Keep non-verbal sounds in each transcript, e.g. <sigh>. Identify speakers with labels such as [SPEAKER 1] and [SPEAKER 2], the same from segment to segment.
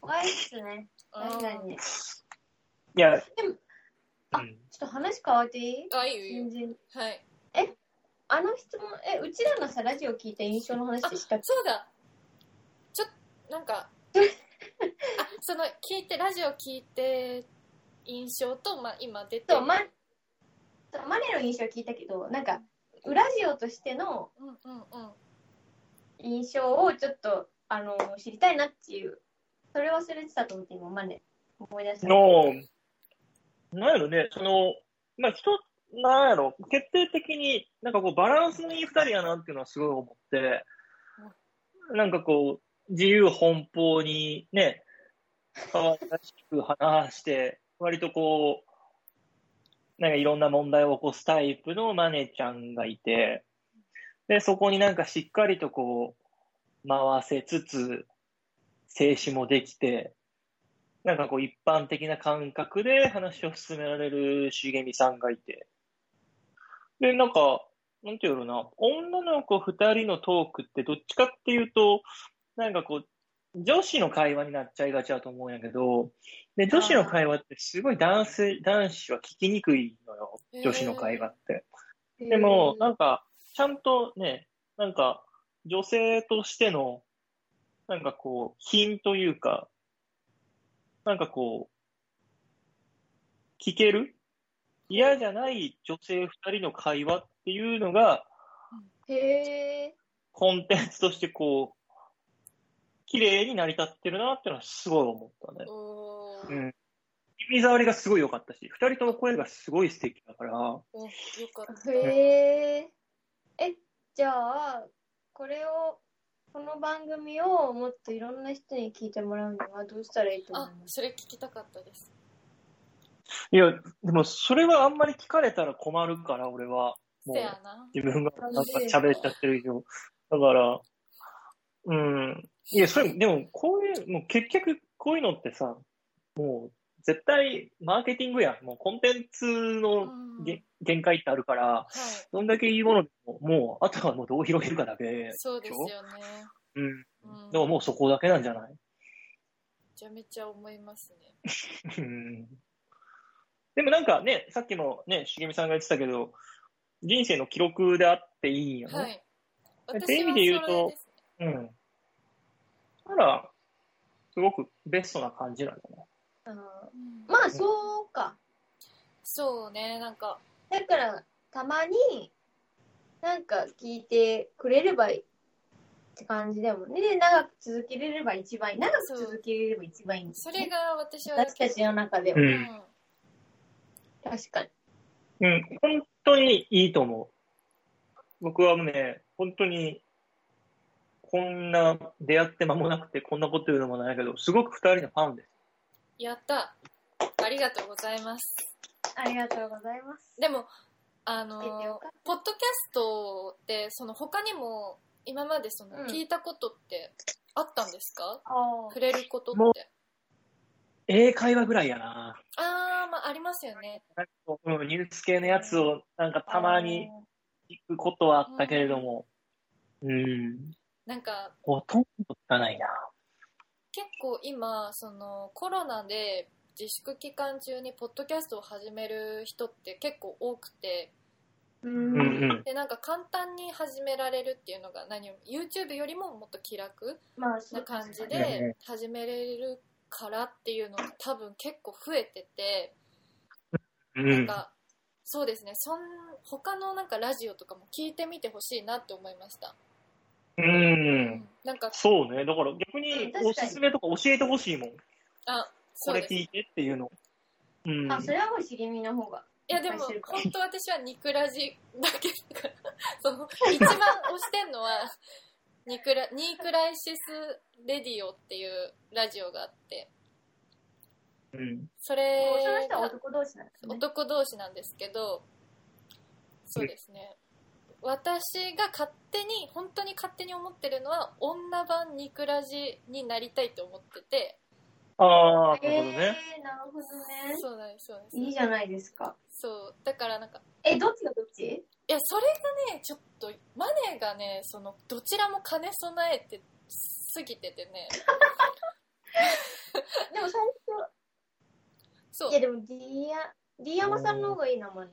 [SPEAKER 1] 怖いっすね。確かに。ち
[SPEAKER 2] いや、
[SPEAKER 1] あ
[SPEAKER 2] うん
[SPEAKER 1] ょっと話変わっていい
[SPEAKER 3] あいいよいいよ
[SPEAKER 1] 全然。
[SPEAKER 3] はい
[SPEAKER 1] あの質問、え、うちらのさ、ラジオ聞いて印象の話したっ
[SPEAKER 3] そうだちょっと
[SPEAKER 1] <laughs>
[SPEAKER 3] なんかあその聞いてラジオ聞いて印象と、まあ、今出て
[SPEAKER 1] けそう、ま、そうマネの印象聞いたけど、なんか、裏ラジオとしての
[SPEAKER 3] うんうんうん
[SPEAKER 1] 印象をちょっと、あの、知りたいなっていう。それ忘れてたと思って今、マネ、思い出した。
[SPEAKER 2] の、なんやろね、その、まあ、人、なんやろ、決定的に、なんかこう、バランスのいい二人やなっていうのはすごい思って、なんかこう、自由奔放にね、可愛らしく話して、割とこう、なんかいろんな問題を起こすタイプのマネちゃんがいて、で、そこになんかしっかりとこう、回せつつ、静止もできて、なんかこう一般的な感覚で話を進められる茂美さんがいて。で、なんか、なんていうのかな、女の子二人のトークってどっちかっていうと、なんかこう、女子の会話になっちゃいがちだと思うんやけど、で、女子の会話ってすごい男性、男子は聞きにくいのよ。女子の会話って。でも、なんか、ちゃんとね、なんか、女性としての、なんかこう、品というか、なんかこう、聞ける嫌じゃない女性二人の会話っていうのが、
[SPEAKER 1] へえ。
[SPEAKER 2] コンテンツとしてこう、綺麗に成り立ってるなっていうのはすごい思ったね。
[SPEAKER 3] おー
[SPEAKER 2] うん。耳障りがすごい良かったし、二人とも声がすごい素敵だから、
[SPEAKER 3] およかった
[SPEAKER 1] へえ。え、じゃあ、これを、この番組をもっといろんな人に聞いてもらうにはどうしたらいいと思い
[SPEAKER 3] あ
[SPEAKER 1] ます
[SPEAKER 3] それ聞きたかったです
[SPEAKER 2] いや、でもそれはあんまり聞かれたら困るから、俺は。もう
[SPEAKER 3] せやな
[SPEAKER 2] 自分がなんか
[SPEAKER 1] 楽しい
[SPEAKER 2] 喋っちゃってる以上。だから、うん。いや、それ、でも、こういう、もう結局、こういうのってさ、もう、絶対、マーケティングやん。もう、コンテンツ
[SPEAKER 3] う
[SPEAKER 2] の
[SPEAKER 3] ん
[SPEAKER 2] げ限界ってあるから、
[SPEAKER 3] はい
[SPEAKER 2] どんだけいいものでも、もう、あとはもうどう広げるかだけでしょ。
[SPEAKER 3] そうですよね
[SPEAKER 2] うん。
[SPEAKER 3] うん
[SPEAKER 2] でも、もうそこだけなんじゃない
[SPEAKER 3] めちゃめちゃ思いますね
[SPEAKER 2] うんでもなんかね、さっきもね、茂美さんが言ってたけど、人生の記録であっていいんよね。
[SPEAKER 3] はい
[SPEAKER 2] えって意味で言うと
[SPEAKER 3] 私はそれです
[SPEAKER 2] うん。だから、すごくベストな感じなんだね。
[SPEAKER 1] あの
[SPEAKER 3] うん
[SPEAKER 1] まあ、そうか。
[SPEAKER 3] そうねなんか
[SPEAKER 1] だから、たまに、なんか聞いてくれればいいって感じだもんね。で、長く続けれれば一番いい。長く続けれれば一番いいんです
[SPEAKER 3] そ
[SPEAKER 1] ね、
[SPEAKER 3] れが私は
[SPEAKER 1] 私たちの中では。
[SPEAKER 3] うん
[SPEAKER 2] う
[SPEAKER 1] 確かに。
[SPEAKER 2] ん。うん。本当にいいと思う。僕はね、本当に、こんな、出会って間もなくて、こんなこと言うのもないけど、すごく二人のファンです。
[SPEAKER 3] やったありがとうございます
[SPEAKER 1] ありがとうございます。
[SPEAKER 3] でも
[SPEAKER 1] 聞
[SPEAKER 3] あ
[SPEAKER 1] いてよ
[SPEAKER 3] の
[SPEAKER 1] かっ
[SPEAKER 3] ポッドキャストってその他にも今までその
[SPEAKER 1] うん
[SPEAKER 3] 聞いたことってあったんですか、
[SPEAKER 1] たあ
[SPEAKER 3] 触れること
[SPEAKER 2] も
[SPEAKER 3] っ
[SPEAKER 2] う
[SPEAKER 3] て
[SPEAKER 2] 英会話ぐらいやな。
[SPEAKER 3] ああまあありますよね
[SPEAKER 2] なんかこううん、ニュース系のやつを、なんか
[SPEAKER 1] ー
[SPEAKER 2] たまに、聞くことはあったけれども、うん、
[SPEAKER 3] なんか
[SPEAKER 2] ほとんど聞かないな。
[SPEAKER 3] 結構今そのコロナで自粛期間中にポッドキャストを始める人って結構多くて
[SPEAKER 1] う
[SPEAKER 2] うん
[SPEAKER 1] ん。
[SPEAKER 2] うん。
[SPEAKER 3] でなんか簡単に始められるっていうのが何より YouTube よりももっと気楽
[SPEAKER 1] まあ、そ
[SPEAKER 3] な
[SPEAKER 1] う
[SPEAKER 3] 感じ
[SPEAKER 2] うんう
[SPEAKER 3] で始めれるからっていうのが多分結構増えてて
[SPEAKER 2] う
[SPEAKER 3] なん
[SPEAKER 2] ん、
[SPEAKER 3] かそうですねそん他のなんかラジオとかも聞いてみてほしいなって思いました、
[SPEAKER 2] うん、
[SPEAKER 3] なんか
[SPEAKER 2] そうね。だから逆に
[SPEAKER 1] うん
[SPEAKER 2] おすすめとか教えてほしいもん。
[SPEAKER 3] あ
[SPEAKER 2] こ
[SPEAKER 3] そう
[SPEAKER 2] れ
[SPEAKER 3] です
[SPEAKER 2] 聞いてっていうの。うん。
[SPEAKER 1] あ、それはもう茂みの方が。
[SPEAKER 3] いやでも
[SPEAKER 1] いっぱいしてるから
[SPEAKER 3] 本当私は肉ラジだけだからその一番推してんのは <laughs> ニクラニークライシスレディオっていうラジオがあって
[SPEAKER 2] うん。
[SPEAKER 3] それ
[SPEAKER 1] その人は
[SPEAKER 3] が
[SPEAKER 1] 男同士なんですね。
[SPEAKER 3] 男同士なんですけどそうですね私が勝手に本当に勝手に思ってるのは女版ニクラジになりたいと思ってて
[SPEAKER 2] ああ、な
[SPEAKER 1] え
[SPEAKER 2] るほどね。
[SPEAKER 1] ー、なるほどね。
[SPEAKER 3] そうなんですそうなん
[SPEAKER 1] い
[SPEAKER 3] で
[SPEAKER 1] い
[SPEAKER 3] す
[SPEAKER 1] じゃないですか。
[SPEAKER 3] そうだからなんか
[SPEAKER 1] え、どっちがどっち
[SPEAKER 3] いや、それがね、ちょっと、マネーがね、その、どちらも兼ね備えてすぎててね、
[SPEAKER 1] や、でも、ディア、ディアマさんの方がいいな、まね。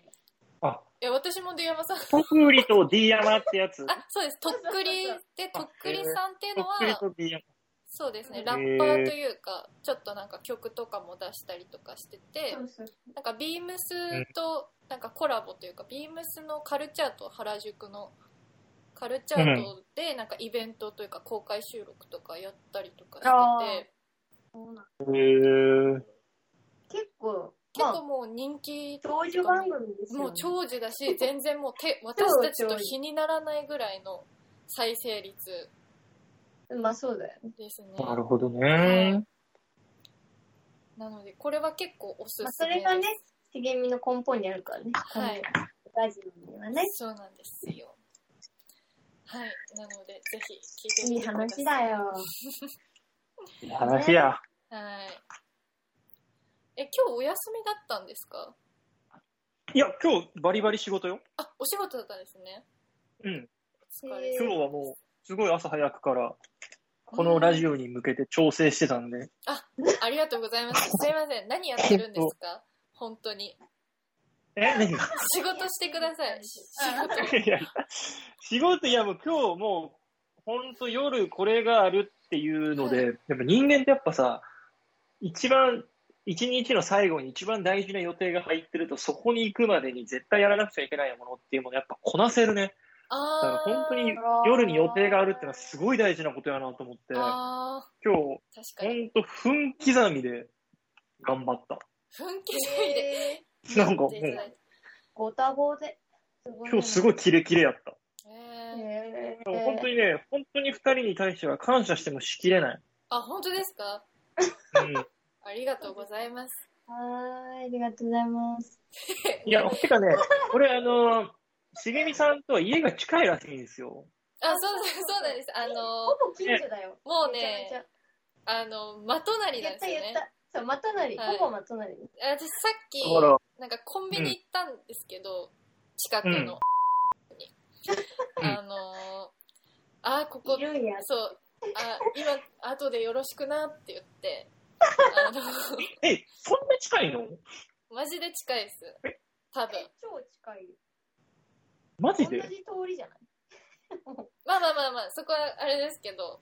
[SPEAKER 3] いや、私も出山さん。
[SPEAKER 2] とっくりと D 山ってやつ。とっ
[SPEAKER 3] あ、そうです。とっくりで、とっくりさんっていうの
[SPEAKER 2] くり
[SPEAKER 3] は、
[SPEAKER 2] と D 山。
[SPEAKER 3] そうですね
[SPEAKER 2] へ、ー
[SPEAKER 3] ラッパーというか、ちょっとなんか曲とかも出したりとかしてて
[SPEAKER 1] そ、うそう。
[SPEAKER 3] なんかビームスとなんかコラボというか、ビームスのカルチャート、原宿のカルチャートで、なんかイベントというか公開収録とかやったりとか
[SPEAKER 1] あ
[SPEAKER 3] してて、
[SPEAKER 2] へー
[SPEAKER 1] 結構、
[SPEAKER 3] 結
[SPEAKER 1] ま
[SPEAKER 3] 構
[SPEAKER 1] あ、
[SPEAKER 3] もう人気と
[SPEAKER 1] 長寿番組ですよ、ね。
[SPEAKER 3] もう長寿だし、全然もう手、私たちと比にならないぐらいの再生率
[SPEAKER 1] まあ、そうだよね。
[SPEAKER 3] ですね。
[SPEAKER 2] なるほどね。
[SPEAKER 3] なので、これは結構おすす
[SPEAKER 1] ま
[SPEAKER 3] めで
[SPEAKER 1] あ、
[SPEAKER 3] す。
[SPEAKER 1] それがね、茂みの根本にあるからね。
[SPEAKER 3] はい。
[SPEAKER 1] ラジオにはね。
[SPEAKER 3] そうなんですよ。はい。なので、ぜひ聞いて
[SPEAKER 1] い
[SPEAKER 3] み
[SPEAKER 1] い
[SPEAKER 3] てください。
[SPEAKER 1] 話だよ。
[SPEAKER 2] いい話や。
[SPEAKER 3] はい。え、今日お休みだったんですか
[SPEAKER 2] いや、今日バリバリ仕事よ。
[SPEAKER 3] あ、お仕事だったんですね。
[SPEAKER 2] うん。
[SPEAKER 3] お疲れ
[SPEAKER 2] 今日はもう、すごい朝早くから、このラジオに向けて調整してたんで。
[SPEAKER 3] ありがとうございます。すいません。何やってるんですか本当に。
[SPEAKER 2] え、何が
[SPEAKER 3] 仕事してください。し仕事。
[SPEAKER 2] いや、仕事、いやもう今日もう、ほんと夜これがあるっていうので、やっぱ人間ってやっぱさ、一番、一日の最後に一番大事な予定が入ってると、そこに行くまでに絶対やらなくちゃいけないものっていうものやっぱこなせるね。だから
[SPEAKER 3] あー。
[SPEAKER 2] 本当に夜に予定があるってのはすごい大事なことやなと思って、今
[SPEAKER 3] あ
[SPEAKER 2] 日、
[SPEAKER 3] ー、確か
[SPEAKER 2] ほ
[SPEAKER 3] に。
[SPEAKER 2] んと分刻みで頑張った。
[SPEAKER 3] 分岐ないで。
[SPEAKER 2] なんかもう、
[SPEAKER 1] ごたぼうで。
[SPEAKER 2] 今日すごいキレキレやった。
[SPEAKER 3] えー
[SPEAKER 1] へ
[SPEAKER 2] でも本当
[SPEAKER 1] に。
[SPEAKER 2] にね、本当に二人に対しては感謝してもしきれない。
[SPEAKER 3] あ、本当ですか
[SPEAKER 2] うん
[SPEAKER 3] ありがとうございます。
[SPEAKER 1] はーい、ありがとうございます。
[SPEAKER 2] いや、てかね、俺、あの、茂美さんとは家が近いらしいんですよ。
[SPEAKER 3] あ、そうそう、そうなんです。あの
[SPEAKER 1] ほ、ぼ近所だよ。
[SPEAKER 3] もう
[SPEAKER 1] めちゃ
[SPEAKER 3] ね
[SPEAKER 1] め、
[SPEAKER 3] あの、まとなり
[SPEAKER 1] ち
[SPEAKER 3] な
[SPEAKER 1] ゃ言っ
[SPEAKER 3] んです
[SPEAKER 1] た
[SPEAKER 3] よ
[SPEAKER 1] 言
[SPEAKER 3] ね
[SPEAKER 1] っ。た。そう、またなり。
[SPEAKER 3] はい
[SPEAKER 1] ほぼまたなり。
[SPEAKER 3] 私さっき、
[SPEAKER 2] ほら、
[SPEAKER 3] なんかコンビニ行ったんですけど、近く
[SPEAKER 2] うん
[SPEAKER 3] の、に。
[SPEAKER 2] うん
[SPEAKER 3] あのー、あ、ここ
[SPEAKER 1] い、るんや。
[SPEAKER 3] そう、あ、今、後でよろしくなって言って、あの、 <laughs>
[SPEAKER 2] え、そんな近いの
[SPEAKER 3] マジで近いです。多分。
[SPEAKER 1] え超近いよ。
[SPEAKER 2] マ
[SPEAKER 1] 同
[SPEAKER 2] ジ
[SPEAKER 1] じ
[SPEAKER 2] で
[SPEAKER 1] 通りじゃない
[SPEAKER 3] まあまあまあまあ、そこはあれですけど、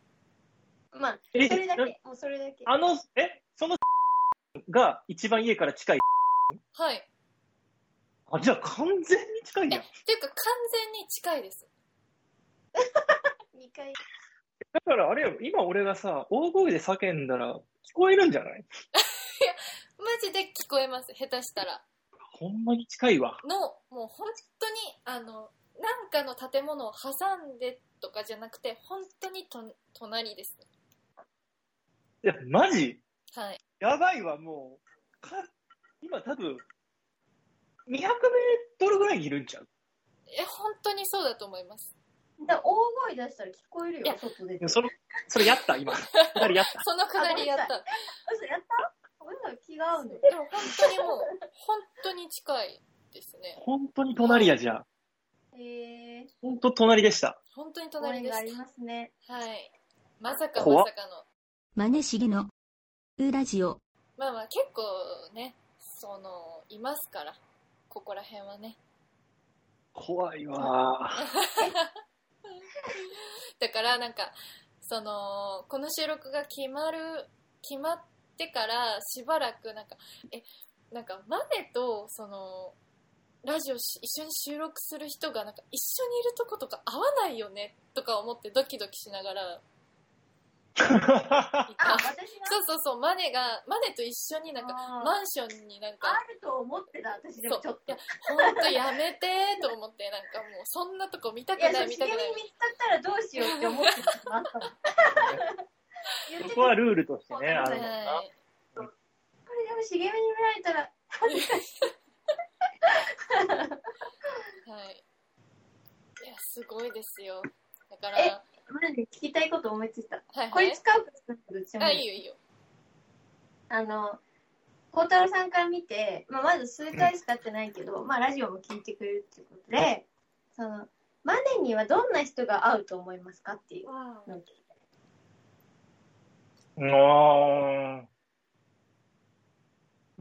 [SPEAKER 1] まあ、
[SPEAKER 2] え
[SPEAKER 1] それだ
[SPEAKER 2] な
[SPEAKER 1] け。もうそれだけ。
[SPEAKER 2] あの、え、その <laughs> が一番家から近い。
[SPEAKER 3] はい。
[SPEAKER 2] あ、じゃあ完全に近い
[SPEAKER 3] え、
[SPEAKER 2] や
[SPEAKER 3] っ
[SPEAKER 2] ん。
[SPEAKER 3] ていうか完全に近いです。
[SPEAKER 1] 二回。
[SPEAKER 2] だからあれよ、今俺がさ、大声で叫んだら聞こえるんじゃない
[SPEAKER 3] マジで聞こえます、下手したら。
[SPEAKER 2] ほんまに近いわ。
[SPEAKER 3] のもう本当にあのなんかの建物を挟んでとかじゃなくて本当にと隣ですね
[SPEAKER 2] いや、マジ
[SPEAKER 3] はい
[SPEAKER 2] やばいわ、もう。か今多分、200メートルぐらいにいるんちゃう
[SPEAKER 3] え本当にそうだと思います
[SPEAKER 1] だから大声出したら聞こえる
[SPEAKER 3] い
[SPEAKER 1] よ
[SPEAKER 3] や、
[SPEAKER 1] 外で。
[SPEAKER 2] いやその、それやった <laughs> 今。二人やった。
[SPEAKER 3] そのくだりやった
[SPEAKER 1] 嘘やった俺ら気が合うの。
[SPEAKER 3] でも本当にもう本当に近いですね
[SPEAKER 2] 本当に隣やじゃあ。
[SPEAKER 1] へえ。
[SPEAKER 2] 本当隣でした。
[SPEAKER 3] 本当に
[SPEAKER 1] ご
[SPEAKER 3] 隣
[SPEAKER 1] 縁
[SPEAKER 3] で
[SPEAKER 1] があり
[SPEAKER 3] し
[SPEAKER 1] ますね。
[SPEAKER 3] たはいまさか
[SPEAKER 2] 怖
[SPEAKER 3] ま
[SPEAKER 2] っ
[SPEAKER 3] さかの
[SPEAKER 4] マネしげの、うラジオ。
[SPEAKER 3] まあまあ結構ねそのいますからここら辺はね
[SPEAKER 2] 怖いわ
[SPEAKER 3] だからなんかそのこの収録が決まる決まってからしばらくなんかえなんかマネとそのラジオし一緒に収録する人がなんか一緒にいるとことか合わないよねとか思ってドキドキしながら
[SPEAKER 2] ー。
[SPEAKER 3] い
[SPEAKER 1] あ、
[SPEAKER 3] た
[SPEAKER 1] 私が。
[SPEAKER 3] そうそうそうマネがマネと一緒になんか
[SPEAKER 1] あー
[SPEAKER 3] マンションになんか
[SPEAKER 1] あると思ってた、私でもちょっと。い
[SPEAKER 3] ほんとやめてーと思ってなんかもうそんなとこ見たくな
[SPEAKER 1] や、
[SPEAKER 3] い
[SPEAKER 1] そう、
[SPEAKER 3] 見
[SPEAKER 1] 茂
[SPEAKER 3] たく
[SPEAKER 1] み
[SPEAKER 3] ない
[SPEAKER 1] 見つかったらどうしようって思
[SPEAKER 2] <laughs>
[SPEAKER 1] ってたのもあ <laughs> ったもん。言って
[SPEAKER 2] そ
[SPEAKER 1] た
[SPEAKER 2] こはルールとしてね、あ
[SPEAKER 1] た
[SPEAKER 2] るもん
[SPEAKER 3] は
[SPEAKER 2] な。
[SPEAKER 3] い
[SPEAKER 1] これでも茂みに見られたら、
[SPEAKER 3] はい。いや、すごいですよ。だから、
[SPEAKER 1] え
[SPEAKER 3] は
[SPEAKER 1] マジで聞きたいこと思いついた。
[SPEAKER 3] い
[SPEAKER 1] こ
[SPEAKER 3] は
[SPEAKER 1] れ
[SPEAKER 3] い。
[SPEAKER 1] 使うか使うかどっちも
[SPEAKER 3] あ、
[SPEAKER 1] いい
[SPEAKER 3] いいよいいよ。
[SPEAKER 1] あの、孝太郎さんから見て、まあ、まず数回しか会ってないけど、まあ、ラジオも聞いてくれるってことで、その、マネにはどんな人が合うと思いますかっていう
[SPEAKER 3] うん
[SPEAKER 1] のを聞き
[SPEAKER 2] うーん。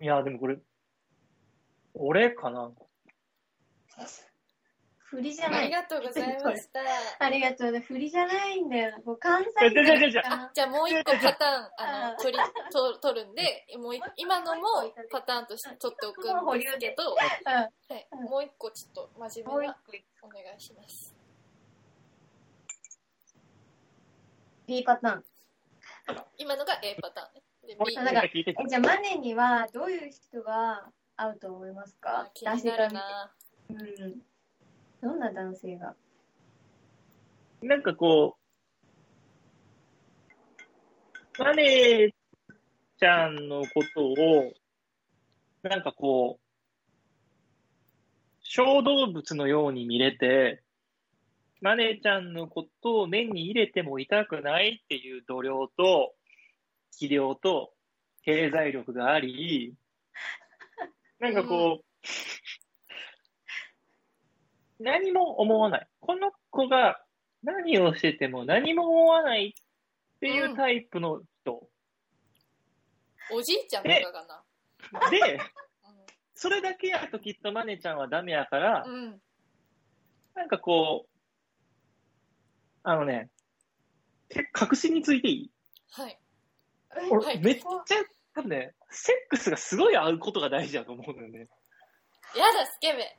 [SPEAKER 2] いや、でもこれ、俺かな
[SPEAKER 1] 振りじゃ
[SPEAKER 3] あ
[SPEAKER 1] な
[SPEAKER 3] り
[SPEAKER 1] い。
[SPEAKER 3] がとうございました。
[SPEAKER 1] ありがとうね。振りじゃないんだよな。こう関
[SPEAKER 2] え
[SPEAKER 1] 西
[SPEAKER 2] 違う違う違う
[SPEAKER 1] あ
[SPEAKER 3] じゃあもう一個パターン、あ
[SPEAKER 1] あ
[SPEAKER 3] の、取り、と取るんで、もうい今のもパターンとして取っておくんですけど、 <laughs> はい、もう一個ちょっと真
[SPEAKER 1] も
[SPEAKER 3] 面
[SPEAKER 1] う一個
[SPEAKER 3] 目な
[SPEAKER 1] いく。
[SPEAKER 3] お願いします。
[SPEAKER 1] B パターン。
[SPEAKER 3] 今のが A パターンね。で、
[SPEAKER 2] もう
[SPEAKER 3] B
[SPEAKER 2] 一回聞いて
[SPEAKER 1] えじゃあ、マネにはどういう人が合うと思います
[SPEAKER 3] あ
[SPEAKER 1] か
[SPEAKER 3] 気になるな。
[SPEAKER 1] 男性から見てうん。どんな男性が
[SPEAKER 2] なんかこう、マネーちゃんのことを、なんかこう、小動物のように見れて、マネーちゃんのことを目に入れても痛くないっていう度量と、器量と、経済力があり、なんかこう、何も思わない。この子が何をしてても何も思わないっていうタイプの人。
[SPEAKER 3] おじいちゃんとかかな。
[SPEAKER 2] で、
[SPEAKER 3] <laughs>
[SPEAKER 2] それだけやときっとマネちゃんはダメやから、
[SPEAKER 3] うん。うん。
[SPEAKER 2] なんかこう、あのね、え確信についていい
[SPEAKER 3] はい。
[SPEAKER 2] 俺、
[SPEAKER 3] はい
[SPEAKER 2] めっちゃ、多分ね、セックスがすごい合うことが大事だと思うのよね。
[SPEAKER 3] やだ、スケベ。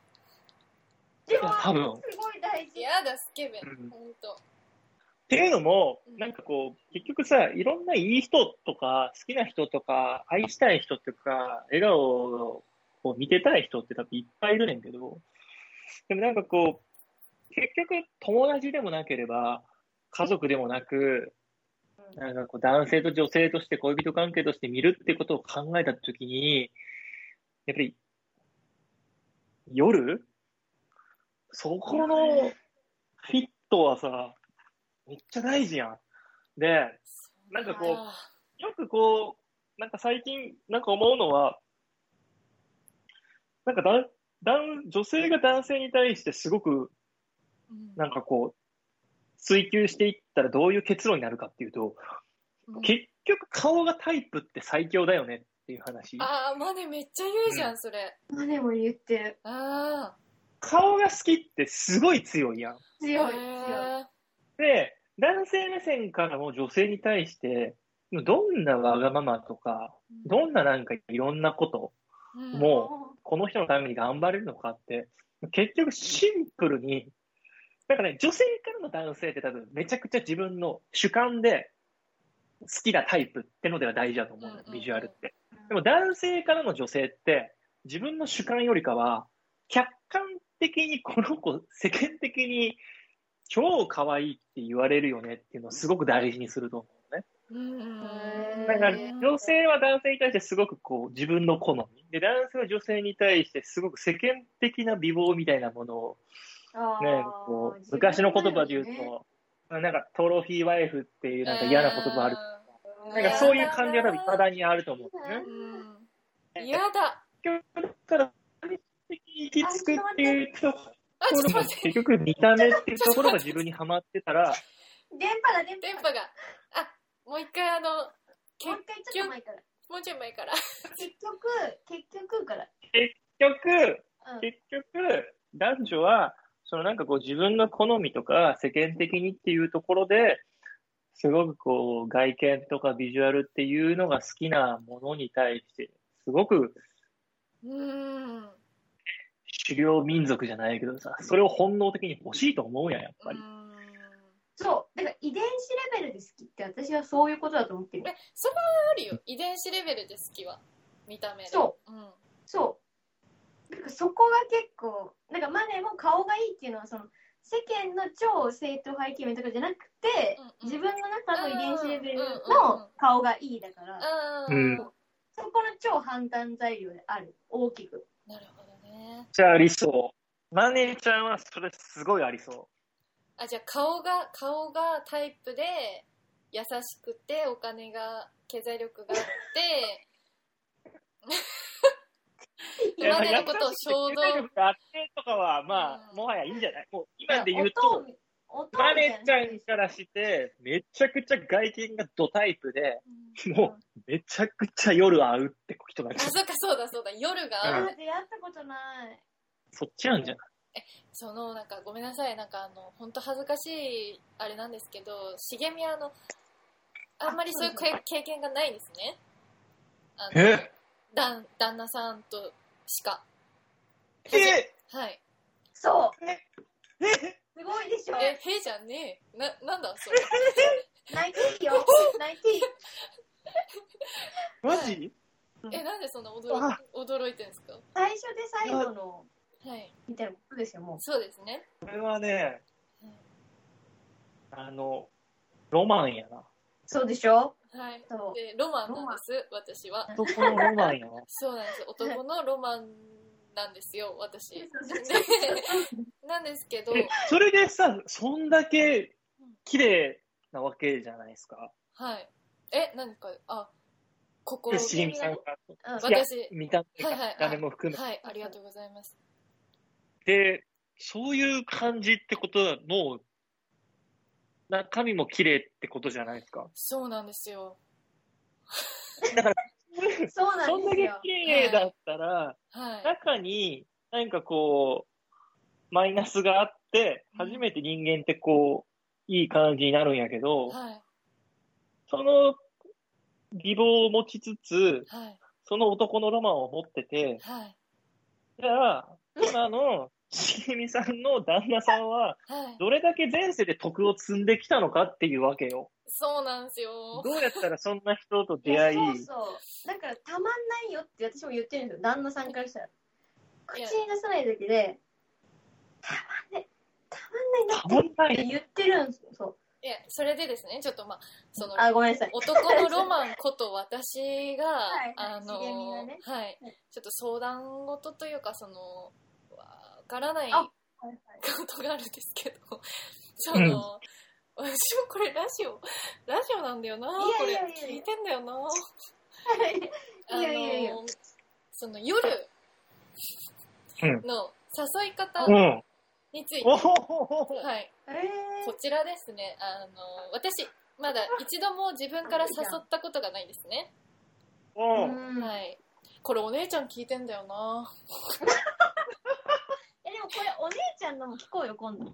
[SPEAKER 1] で
[SPEAKER 2] いや多分
[SPEAKER 1] すごい大事。
[SPEAKER 3] やだ、スケベ
[SPEAKER 2] うん。
[SPEAKER 3] ほんと。
[SPEAKER 2] っていうのも
[SPEAKER 3] うん、
[SPEAKER 2] なんかこう、結局さ、いろんないい人とか、好きな人とか、愛したい人とか、笑顔をこう見てたい人ってだっていっぱいいるねんけど、でもなんかこう、結局友達でもなければ、家族でもなく、なんかこう男性と女性として恋人関係として見るってことを考えたときに、やっぱり、夜そこのフィットはさ、めっちゃ大事やん。で、なんかこう
[SPEAKER 3] あ
[SPEAKER 2] よくこう、なんか最近、なんか思うのは、なんかだんだん女性が男性に対してすごく、
[SPEAKER 3] ーうん
[SPEAKER 2] なんかこう、追求していったらどういう結論になるかっていうと、
[SPEAKER 3] うん
[SPEAKER 2] 結局顔がタイプって最強だよねっていう話。
[SPEAKER 3] あー、マネめっちゃ言うじゃん、それ。
[SPEAKER 1] マネも言ってる。
[SPEAKER 3] あ
[SPEAKER 2] 顔が好きってすごい強いやん。
[SPEAKER 3] ー。
[SPEAKER 1] 強い、強
[SPEAKER 3] へ
[SPEAKER 1] い。
[SPEAKER 3] ー
[SPEAKER 2] で、男性目線からも女性に対して、どんなわがままとか、どんななんかいろんなこと、
[SPEAKER 3] うん
[SPEAKER 2] もうこの人のために頑張れるのかって、結局シンプルに、なんかね、女性からの男性って多分めちゃくちゃ自分の主観で好きなタイプってのでは大事だと思うのよ
[SPEAKER 3] うんうんうん
[SPEAKER 2] ビジュアルって。でも男性からの女性って自分の主観よりかは、客観的にこの子世間的に超可愛いって言われるよねっていうのをすごく大事にすると思うのね。
[SPEAKER 3] うんうん
[SPEAKER 2] だから
[SPEAKER 3] うん
[SPEAKER 2] 女性は男性に対してすごくこう自分の好みで男性は女性に対してすごく世間的な美貌みたいなものを、
[SPEAKER 1] あー
[SPEAKER 2] ね、こう昔の言葉で言うと、
[SPEAKER 1] 自分のね
[SPEAKER 2] なんかトロフィーワイフっていうなんか嫌な言葉ある、なんかそういう感じが多分いまだにあると思うんだよね
[SPEAKER 3] う。んうん嫌だ
[SPEAKER 2] 結局だから最終的に行き着くっていうとこ
[SPEAKER 3] あちょっと
[SPEAKER 2] ろが
[SPEAKER 3] 待って
[SPEAKER 2] 結局見た目っていうところが自分にはまってたら
[SPEAKER 1] 電波だ、電
[SPEAKER 3] 電
[SPEAKER 1] 波
[SPEAKER 3] 波
[SPEAKER 1] だ。
[SPEAKER 3] があもう一回あのけ
[SPEAKER 1] もう一回ちょっと前から。
[SPEAKER 3] もうちょい前から
[SPEAKER 1] 結局、結局から。
[SPEAKER 2] 結局
[SPEAKER 1] うん
[SPEAKER 2] <laughs> 結局、男女は、そのなんかこう自分の好みとか世間的にっていうところで、すごくこう外見とかビジュアルっていうのが好きなものに対して、すごく
[SPEAKER 3] うーん
[SPEAKER 2] 狩猟民族じゃないけどさ、それを本能的に欲しいと思うやん、やっぱり。
[SPEAKER 1] そう。だから遺伝子レベルで好きって私はそういうことだと思ってる
[SPEAKER 3] え。それはあるよ遺伝子レベルで好きは見た目で、
[SPEAKER 1] そう
[SPEAKER 3] ん、
[SPEAKER 1] そう。だからそこが結構、なんかマネも顔がいいっていうのは、その、世間の超正統派イケメンとかじゃなくて、
[SPEAKER 3] うんうん
[SPEAKER 1] 自分の中の遺伝子レベル
[SPEAKER 3] うんうんうん
[SPEAKER 1] の顔がいいだから、
[SPEAKER 3] あー
[SPEAKER 2] うん
[SPEAKER 1] そこの超判断材料である。大きく。
[SPEAKER 3] なるほどね
[SPEAKER 2] じゃあありそう。マネーちゃんはそれすごいありそ
[SPEAKER 3] あじゃあ顔が顔がタイプで優しくてお金が経済力があって <laughs>
[SPEAKER 2] う。
[SPEAKER 3] 今までのことを衝動
[SPEAKER 2] やっぱ優しくて経済力があってとかは、まあ、
[SPEAKER 3] うん
[SPEAKER 2] もはやいいんじゃないもう今で言う
[SPEAKER 1] 音を
[SPEAKER 2] と、
[SPEAKER 1] 見音
[SPEAKER 2] マ
[SPEAKER 1] みたい
[SPEAKER 2] ネ
[SPEAKER 1] な
[SPEAKER 2] ちゃんからして、めちゃくちゃ外見がドタイプで、もう、めちゃくちゃ夜会うって人なん
[SPEAKER 3] あ
[SPEAKER 2] じゃな
[SPEAKER 3] そっ
[SPEAKER 2] い
[SPEAKER 3] かそうだそうだ夜が
[SPEAKER 1] あ
[SPEAKER 3] 合う、
[SPEAKER 1] ー出会ったことない。
[SPEAKER 2] そっちなんじゃない
[SPEAKER 3] そのなんかごめんなさいなんかあの本当恥ずかしいあれなんですけど茂みはあのあんまりそういうけ経験がないんですねあの
[SPEAKER 2] え
[SPEAKER 3] 旦旦那さんとしか
[SPEAKER 2] え
[SPEAKER 3] はい
[SPEAKER 1] そう。
[SPEAKER 2] え
[SPEAKER 1] すごいでしょ。
[SPEAKER 3] えへじゃねえななんだそれ
[SPEAKER 1] 泣いていいよ。泣いていい。
[SPEAKER 2] マジ
[SPEAKER 3] えなんでそんな驚驚いてるんですか
[SPEAKER 1] 最初で最後の、
[SPEAKER 3] はい
[SPEAKER 1] みたいなことですよ、もう。
[SPEAKER 3] そうですね
[SPEAKER 2] これはね
[SPEAKER 3] うん、
[SPEAKER 2] あの、ロマンやな。
[SPEAKER 1] そうでしょ
[SPEAKER 3] はい
[SPEAKER 1] そう
[SPEAKER 3] でロマンなんです私は
[SPEAKER 2] 男のロマ
[SPEAKER 3] <laughs>
[SPEAKER 2] ンやな。
[SPEAKER 3] そうなんです男のロマンなんですよ私 <laughs> でなんですけど
[SPEAKER 2] えそれでさ、そんだけ綺麗なわけじゃないですか。
[SPEAKER 3] はい。え、何か、あ、心
[SPEAKER 2] で、
[SPEAKER 3] が
[SPEAKER 2] しげみさんが。
[SPEAKER 1] うん
[SPEAKER 3] 私
[SPEAKER 2] いや見た目
[SPEAKER 3] はい
[SPEAKER 2] が
[SPEAKER 3] はいはい、
[SPEAKER 2] 見た目も含めて。
[SPEAKER 3] はい、ありがとうございます。
[SPEAKER 2] で、そういう感じってことは、もう、中身も綺麗ってことじゃないですか。
[SPEAKER 3] そうなんですよ。
[SPEAKER 1] そうな
[SPEAKER 2] そ
[SPEAKER 1] ん
[SPEAKER 2] んだ
[SPEAKER 1] です
[SPEAKER 2] け
[SPEAKER 1] よ。
[SPEAKER 2] 綺麗だったら、
[SPEAKER 3] はい。
[SPEAKER 2] 中に何かこう、マイナスがあって、
[SPEAKER 3] うん
[SPEAKER 2] 初めて人間ってこう、いい感じになるんやけど、
[SPEAKER 3] はい。
[SPEAKER 2] その希望を持ちつつ、
[SPEAKER 3] はい。
[SPEAKER 2] その男のロマンを持ってて、
[SPEAKER 3] はい。
[SPEAKER 2] じゃあ、今のしげみさんの旦那さんは、
[SPEAKER 3] はい。
[SPEAKER 2] どれだけ前世で徳を積んできたのかっていうわけよ。
[SPEAKER 3] そうなんですよ。
[SPEAKER 2] どうやったらそんな人と
[SPEAKER 1] い
[SPEAKER 2] 出
[SPEAKER 1] や
[SPEAKER 2] 会い、
[SPEAKER 1] そうそう。だから、たまんないよって私も言ってるんですよ、旦那さんからしたら。口に出さないだけで、たまんない、た
[SPEAKER 2] た
[SPEAKER 1] まんない
[SPEAKER 2] ま
[SPEAKER 1] なっ
[SPEAKER 2] んな
[SPEAKER 1] て
[SPEAKER 2] い。
[SPEAKER 1] 言ってるんですよ。そう。
[SPEAKER 3] いや、それでですね、ちょっとまあ、その、
[SPEAKER 1] あ、ごめんなさい。
[SPEAKER 3] 男のロマンこと私が、
[SPEAKER 1] <laughs> はい
[SPEAKER 3] あの、
[SPEAKER 1] 茂みがね
[SPEAKER 3] はい
[SPEAKER 1] はい。
[SPEAKER 3] ちょっと相談事というか、その、わからない
[SPEAKER 1] あはいはい
[SPEAKER 3] ことがあるんですけど、その、私もこれラジオ、ラジオなんだよな、こ
[SPEAKER 1] い
[SPEAKER 3] れ
[SPEAKER 1] やいやいやいや
[SPEAKER 3] 聞いてんだよな。
[SPEAKER 1] いやいやいや
[SPEAKER 3] あのその夜
[SPEAKER 2] うん
[SPEAKER 3] の誘い方
[SPEAKER 2] うん。
[SPEAKER 3] について、
[SPEAKER 2] お
[SPEAKER 3] は
[SPEAKER 2] ほほほほ
[SPEAKER 3] い、
[SPEAKER 1] え
[SPEAKER 3] こちらですね、あの、私、まだ一度も自分から誘ったことがないですね。
[SPEAKER 1] ー。
[SPEAKER 2] おう
[SPEAKER 1] うん。。
[SPEAKER 3] はいい。これお姉ちゃん聞いてんだよな。
[SPEAKER 1] <laughs> え、でもこれ、お姉ちゃんのも聞こうよ、今度。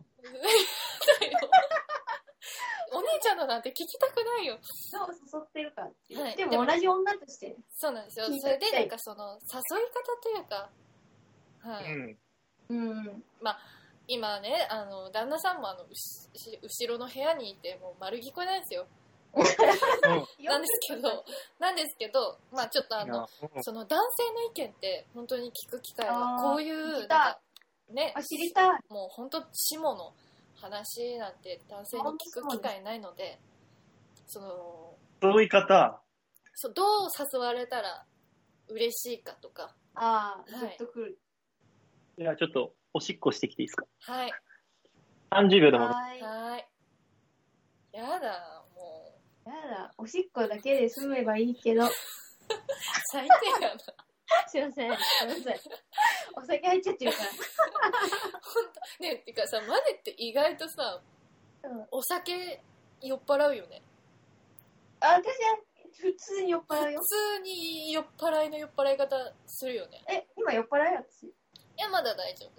[SPEAKER 3] お姉ちゃんのなんて聞きたくないよ。
[SPEAKER 1] そう、誘ってるからっていう。
[SPEAKER 3] は
[SPEAKER 1] で
[SPEAKER 3] いでも
[SPEAKER 1] も、同じ女として。
[SPEAKER 3] そうなんですよ
[SPEAKER 1] 聞い。て
[SPEAKER 3] それでなんかその誘い方というか、はい。
[SPEAKER 2] うん。
[SPEAKER 1] うん。
[SPEAKER 3] 今ねあの旦那さんもあのうし後ろの部屋にいてもう丸聞こえないんですよなんですけどなんですけどまあちょっとあ
[SPEAKER 2] いや
[SPEAKER 3] のその男性の意見って本当に聞く機会が
[SPEAKER 1] あー
[SPEAKER 3] こうい
[SPEAKER 1] 聞
[SPEAKER 3] う
[SPEAKER 1] きたい
[SPEAKER 3] なんかね
[SPEAKER 1] あ、知りたい。
[SPEAKER 3] もう本当下の話なんて男性に聞く機会ないのでその
[SPEAKER 2] うんそういう方。
[SPEAKER 3] そうどう誘われたら嬉しいかとか
[SPEAKER 1] ああ、
[SPEAKER 3] はい
[SPEAKER 1] ずっと来る。
[SPEAKER 2] いや、ちょっと、おしっこしてきていいですか
[SPEAKER 3] はい
[SPEAKER 2] ?30 秒でも。
[SPEAKER 1] はーい。や
[SPEAKER 3] はいやだもう
[SPEAKER 1] だ、おしっこだけで済めばいいけ
[SPEAKER 3] <laughs>
[SPEAKER 1] ど。
[SPEAKER 3] 最低やな <laughs>
[SPEAKER 1] すいません。すいません。お酒入っちゃってるか
[SPEAKER 3] 本当ねてかさマネって意外とさ、
[SPEAKER 1] うん
[SPEAKER 3] お酒酔っ払うよね
[SPEAKER 1] ら。あ、私は普通に酔っ払う
[SPEAKER 3] 普
[SPEAKER 1] よ。
[SPEAKER 3] 通に酔っ払いの酔っ払い方するよね
[SPEAKER 1] え、今酔っ払うよ、私。
[SPEAKER 3] いやまだ大丈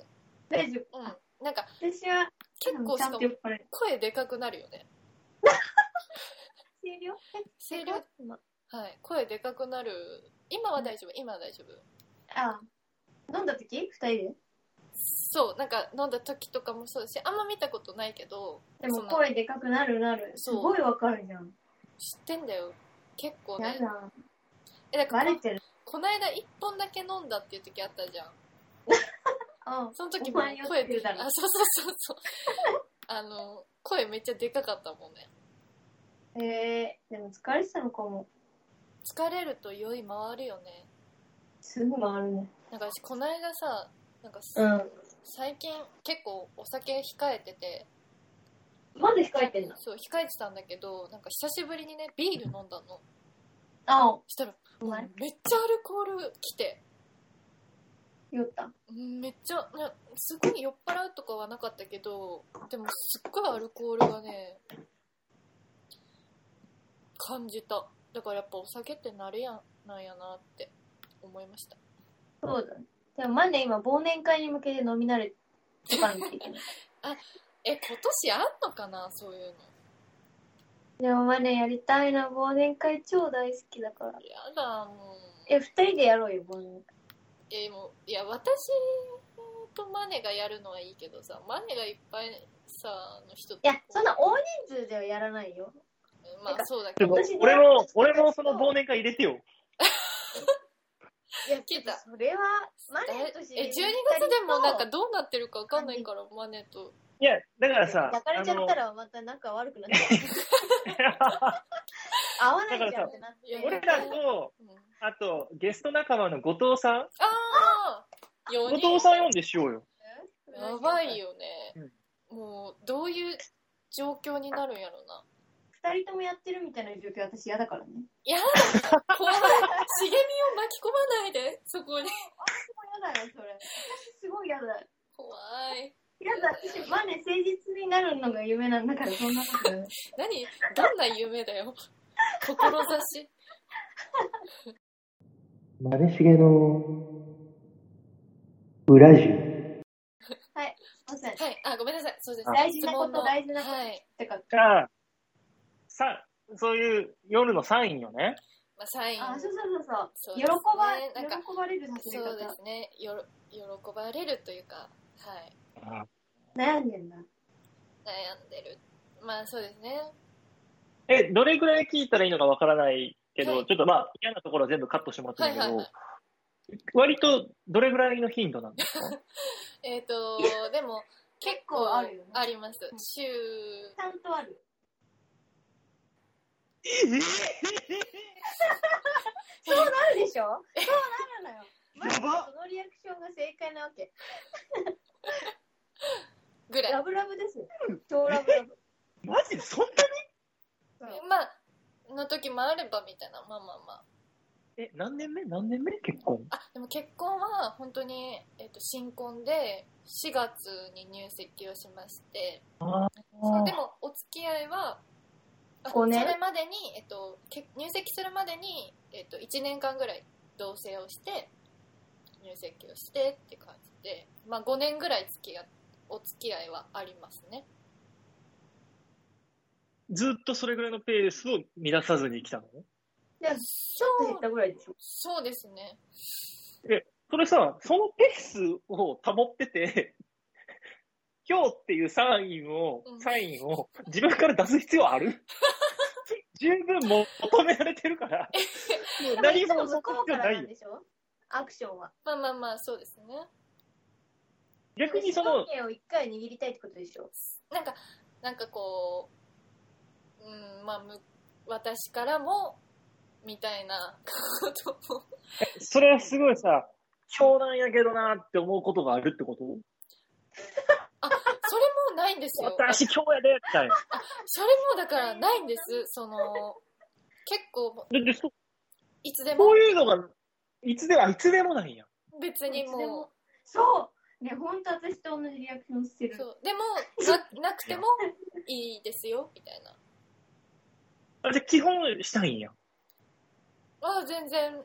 [SPEAKER 1] 大丈夫。
[SPEAKER 3] 夫うんなんか
[SPEAKER 1] 私は
[SPEAKER 3] 結構
[SPEAKER 1] ちゃ
[SPEAKER 3] しか
[SPEAKER 1] ん
[SPEAKER 3] も
[SPEAKER 1] と酔っ払う。
[SPEAKER 3] 声でかくなるよね
[SPEAKER 1] 声量え、
[SPEAKER 3] 声量はい声でかくなる今は大丈夫今は大丈夫
[SPEAKER 1] ああ、飲んだ時二人で
[SPEAKER 3] そうなんか飲んだ時とかもそうだしあんま見たことないけど
[SPEAKER 1] でも
[SPEAKER 3] その
[SPEAKER 1] 声でかくなるなる。す
[SPEAKER 3] そう
[SPEAKER 1] ごいわかるじゃん。
[SPEAKER 3] 知ってんだよ結構
[SPEAKER 1] や
[SPEAKER 3] ね
[SPEAKER 1] だ。
[SPEAKER 3] えだか
[SPEAKER 1] バ
[SPEAKER 3] ら
[SPEAKER 1] レ
[SPEAKER 3] こ
[SPEAKER 1] てる。
[SPEAKER 3] この間1本だけ飲んだっていう時あったじゃん
[SPEAKER 1] うん。
[SPEAKER 3] その時も
[SPEAKER 1] お前よ
[SPEAKER 3] 声
[SPEAKER 1] って言
[SPEAKER 3] で
[SPEAKER 1] うだろ
[SPEAKER 3] あそうそうそう <laughs> そうあの声めっちゃでかかったもんね
[SPEAKER 1] えー、でも疲れてたのかも。
[SPEAKER 3] 疲れると酔い回るよね
[SPEAKER 1] すぐ回るね。
[SPEAKER 3] なんか私この間さなんか、
[SPEAKER 1] うん。
[SPEAKER 3] 最近結構お酒控えてて
[SPEAKER 1] まだ控えてんの
[SPEAKER 3] そう控えてたんだけどなんか久しぶりにねビール飲んだの
[SPEAKER 1] ああ、
[SPEAKER 3] したら
[SPEAKER 1] うまい。
[SPEAKER 3] めっちゃアルコール来て
[SPEAKER 1] 酔った。
[SPEAKER 3] うんめっちゃなすごい酔っ払うとかはなかったけどでもすっごいアルコールがね感じただからやっぱお酒って慣れやなんやなって思いました
[SPEAKER 1] そうだね。でもマネ今忘年会に向けて飲み慣れてかなきゃいけない。
[SPEAKER 3] え今年あんのかなそういうの
[SPEAKER 1] でもマネやりたいな、忘年会超大好きだから。
[SPEAKER 3] やだもう
[SPEAKER 1] え、二人でやろうよ、忘年会。
[SPEAKER 3] えもういや私とマネがやるのはいいけどさマネがいっぱいさあの人と
[SPEAKER 1] いや、そんな大人数ではやらないよ。
[SPEAKER 3] まあそうだけ
[SPEAKER 2] で
[SPEAKER 3] ど
[SPEAKER 2] も
[SPEAKER 1] 私ね
[SPEAKER 2] 俺の、俺のその忘年会入れてよ。
[SPEAKER 1] いや、
[SPEAKER 3] けど
[SPEAKER 1] それは、マネとし
[SPEAKER 3] え12月でもなんかどうなってるかわかんないからマネと
[SPEAKER 2] いや、だからさ、
[SPEAKER 1] 抱かれちゃったらまた仲悪くなっちゃう。
[SPEAKER 2] あ
[SPEAKER 1] 合わないじゃんってなっ
[SPEAKER 3] いや
[SPEAKER 2] の
[SPEAKER 1] て。
[SPEAKER 2] 俺らと、
[SPEAKER 3] うん
[SPEAKER 2] あと、ゲスト仲間の後藤さん
[SPEAKER 3] ああ4
[SPEAKER 2] 後
[SPEAKER 3] 人
[SPEAKER 2] 藤さん読んでしようよ。
[SPEAKER 3] やばい。よね、もうどういう状況になるんやろ
[SPEAKER 1] <laughs>
[SPEAKER 3] な
[SPEAKER 1] 二人ともやってるみたいな状況私嫌だからね。
[SPEAKER 3] いやだ怖い茂みを巻き込まないでそこに
[SPEAKER 1] 嫌だよ、それ。私すごい嫌だ。
[SPEAKER 3] 怖い
[SPEAKER 1] 嫌だ、私、マネ誠実になるのが夢なんだから、そんなことない。
[SPEAKER 3] 何どんな夢だよ志
[SPEAKER 5] マネしげの裏ジ
[SPEAKER 1] すいません。
[SPEAKER 3] はいあごめんなさいそうです
[SPEAKER 1] 大事なこと
[SPEAKER 3] 質問の
[SPEAKER 1] 大事なこと
[SPEAKER 3] はい、
[SPEAKER 1] てか、
[SPEAKER 2] じゃあ、さ、そういう夜のサインよね。
[SPEAKER 3] まあ、サイン
[SPEAKER 1] あ、そうそうそう
[SPEAKER 3] そ
[SPEAKER 1] そうう。
[SPEAKER 3] で
[SPEAKER 1] 喜
[SPEAKER 3] すね
[SPEAKER 1] ば、
[SPEAKER 3] なんか
[SPEAKER 1] 喜ばれるさせ
[SPEAKER 3] そうで
[SPEAKER 1] 方。
[SPEAKER 3] すねよろ喜ばれるというかはい
[SPEAKER 1] 悩んでんだ。
[SPEAKER 3] 悩んでるまあそうですね
[SPEAKER 2] え、どれくらい聞いたらいいのかわからないけど、
[SPEAKER 3] はい
[SPEAKER 2] ちょっとまあ嫌なところは全部カットしてもらってるんだけど、
[SPEAKER 3] はいは
[SPEAKER 2] 割とどれぐらいの頻度なんですか
[SPEAKER 3] えっ、 <laughs> とでも結構
[SPEAKER 1] 構あるよね
[SPEAKER 3] あります週
[SPEAKER 1] ちゃんとある。そうなるでしょそうなるのよ。マジで
[SPEAKER 2] やば
[SPEAKER 1] そのリアクションが正解なわけ。
[SPEAKER 3] ぐらい
[SPEAKER 1] ラブラブですよ。超ラブラブ。
[SPEAKER 2] マジでそんな
[SPEAKER 1] そう
[SPEAKER 3] まあ、の時もあればみたいな、まあまあまあ。
[SPEAKER 2] にえ、何年目何年目結婚。
[SPEAKER 3] あ、でも結婚は本当に、えっと新婚で4月に入籍をしまして、そうでもお付き合いは、あ
[SPEAKER 1] 五年
[SPEAKER 3] それまでに、えっと、け入籍するまでに、えっと、1年間ぐらい同棲をして、入籍をしてって感じで、まあ5年ぐらい付き合お付き合いはありますね。
[SPEAKER 2] ずっとそれぐらいのペースを乱さずに来たの
[SPEAKER 1] でも、ちょっと減ったぐらいでしょ。
[SPEAKER 3] そうですね。
[SPEAKER 2] それさ、そのペースを保ってて、 <laughs> 今日っていうサインを
[SPEAKER 3] う、ん
[SPEAKER 2] サインを自分から出す必要ある十分も求められてるから、もう何
[SPEAKER 1] でも
[SPEAKER 2] も
[SPEAKER 1] いつも向
[SPEAKER 2] そ
[SPEAKER 1] こ
[SPEAKER 2] こ
[SPEAKER 1] うか
[SPEAKER 2] がな
[SPEAKER 1] ら
[SPEAKER 2] い
[SPEAKER 1] な
[SPEAKER 2] よ
[SPEAKER 1] ん。でしょアクションは。
[SPEAKER 3] まあまあまあ、そうですね。
[SPEAKER 2] 逆にその
[SPEAKER 1] 主、導権を一回握りたいってことでしょ。
[SPEAKER 3] なんか、なんかこう、うん、まあ、む私からも、みたいなことも。
[SPEAKER 2] それはすごいさ、湘南やけどなって思うことがあるってこと
[SPEAKER 3] それもないんですよ。
[SPEAKER 2] 私今日やでみたいな。
[SPEAKER 3] それもだからないんです。その、結構、
[SPEAKER 2] ででそ
[SPEAKER 3] いつでも
[SPEAKER 2] そう、いうのが、いつでも、あいつでもないんや。
[SPEAKER 3] 別に
[SPEAKER 1] いつでも
[SPEAKER 3] も
[SPEAKER 1] そうね、ほんと私と同じリアクションして
[SPEAKER 3] う、
[SPEAKER 1] る。
[SPEAKER 3] そう、でも、ななくてもいいですよ、みたいな。
[SPEAKER 2] あ、じゃあ基本したいんや。
[SPEAKER 3] まあ、全然、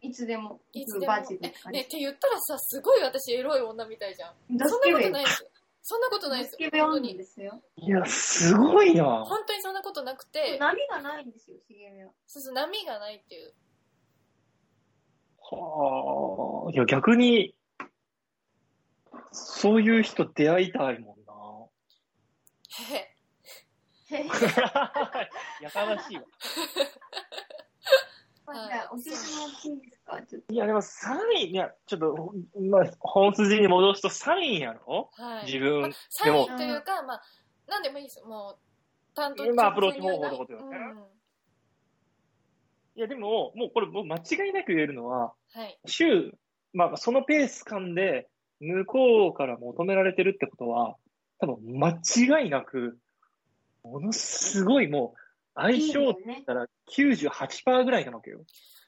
[SPEAKER 1] いつでも、
[SPEAKER 3] いつでも
[SPEAKER 1] バーチ。ル
[SPEAKER 3] え
[SPEAKER 1] な、感
[SPEAKER 3] ね、っ
[SPEAKER 1] じ。
[SPEAKER 3] て言ったらさ、すごい私、エロい女みたいじゃん。
[SPEAKER 1] ド
[SPEAKER 3] そ
[SPEAKER 1] ス
[SPEAKER 3] んな
[SPEAKER 1] ケ
[SPEAKER 3] こと
[SPEAKER 1] ベ
[SPEAKER 3] ないです。そんなことないで
[SPEAKER 1] ド
[SPEAKER 3] す
[SPEAKER 1] ス。ケベ
[SPEAKER 3] 本当
[SPEAKER 1] 女
[SPEAKER 3] に。
[SPEAKER 1] ですよ。
[SPEAKER 2] いや、すごいな。
[SPEAKER 3] 本当にそんなことなくて、
[SPEAKER 1] 波がないんですよ、茂みは。
[SPEAKER 3] そうそう、波がないっていう。
[SPEAKER 2] はあ、いや、逆に、そういう人出会いたいもんな。
[SPEAKER 3] へ
[SPEAKER 1] <laughs>
[SPEAKER 3] へ
[SPEAKER 2] <laughs> やかましいわ。
[SPEAKER 1] まあじゃあおすすめいいですかちょっと
[SPEAKER 2] いや、でもサイン、いや、ちょっと、まあ、本筋に戻すとサインやろ
[SPEAKER 3] はい。
[SPEAKER 2] 自分
[SPEAKER 3] まあサインというか、まあ、なんでもいいです。もう、担当
[SPEAKER 2] まあアプローチ方法のことよね
[SPEAKER 3] うん
[SPEAKER 2] いや、でも、もうこれ、もう間違いなく言えるのは、
[SPEAKER 3] はい。
[SPEAKER 2] 週、まあ、そのペース感で、向こうから求められてるってことは、多分、間違いなく、ものすごいもう、相
[SPEAKER 1] いい
[SPEAKER 2] 性
[SPEAKER 1] よ
[SPEAKER 2] って
[SPEAKER 1] ね。
[SPEAKER 2] 言ったら98%ぐらいなわけよ。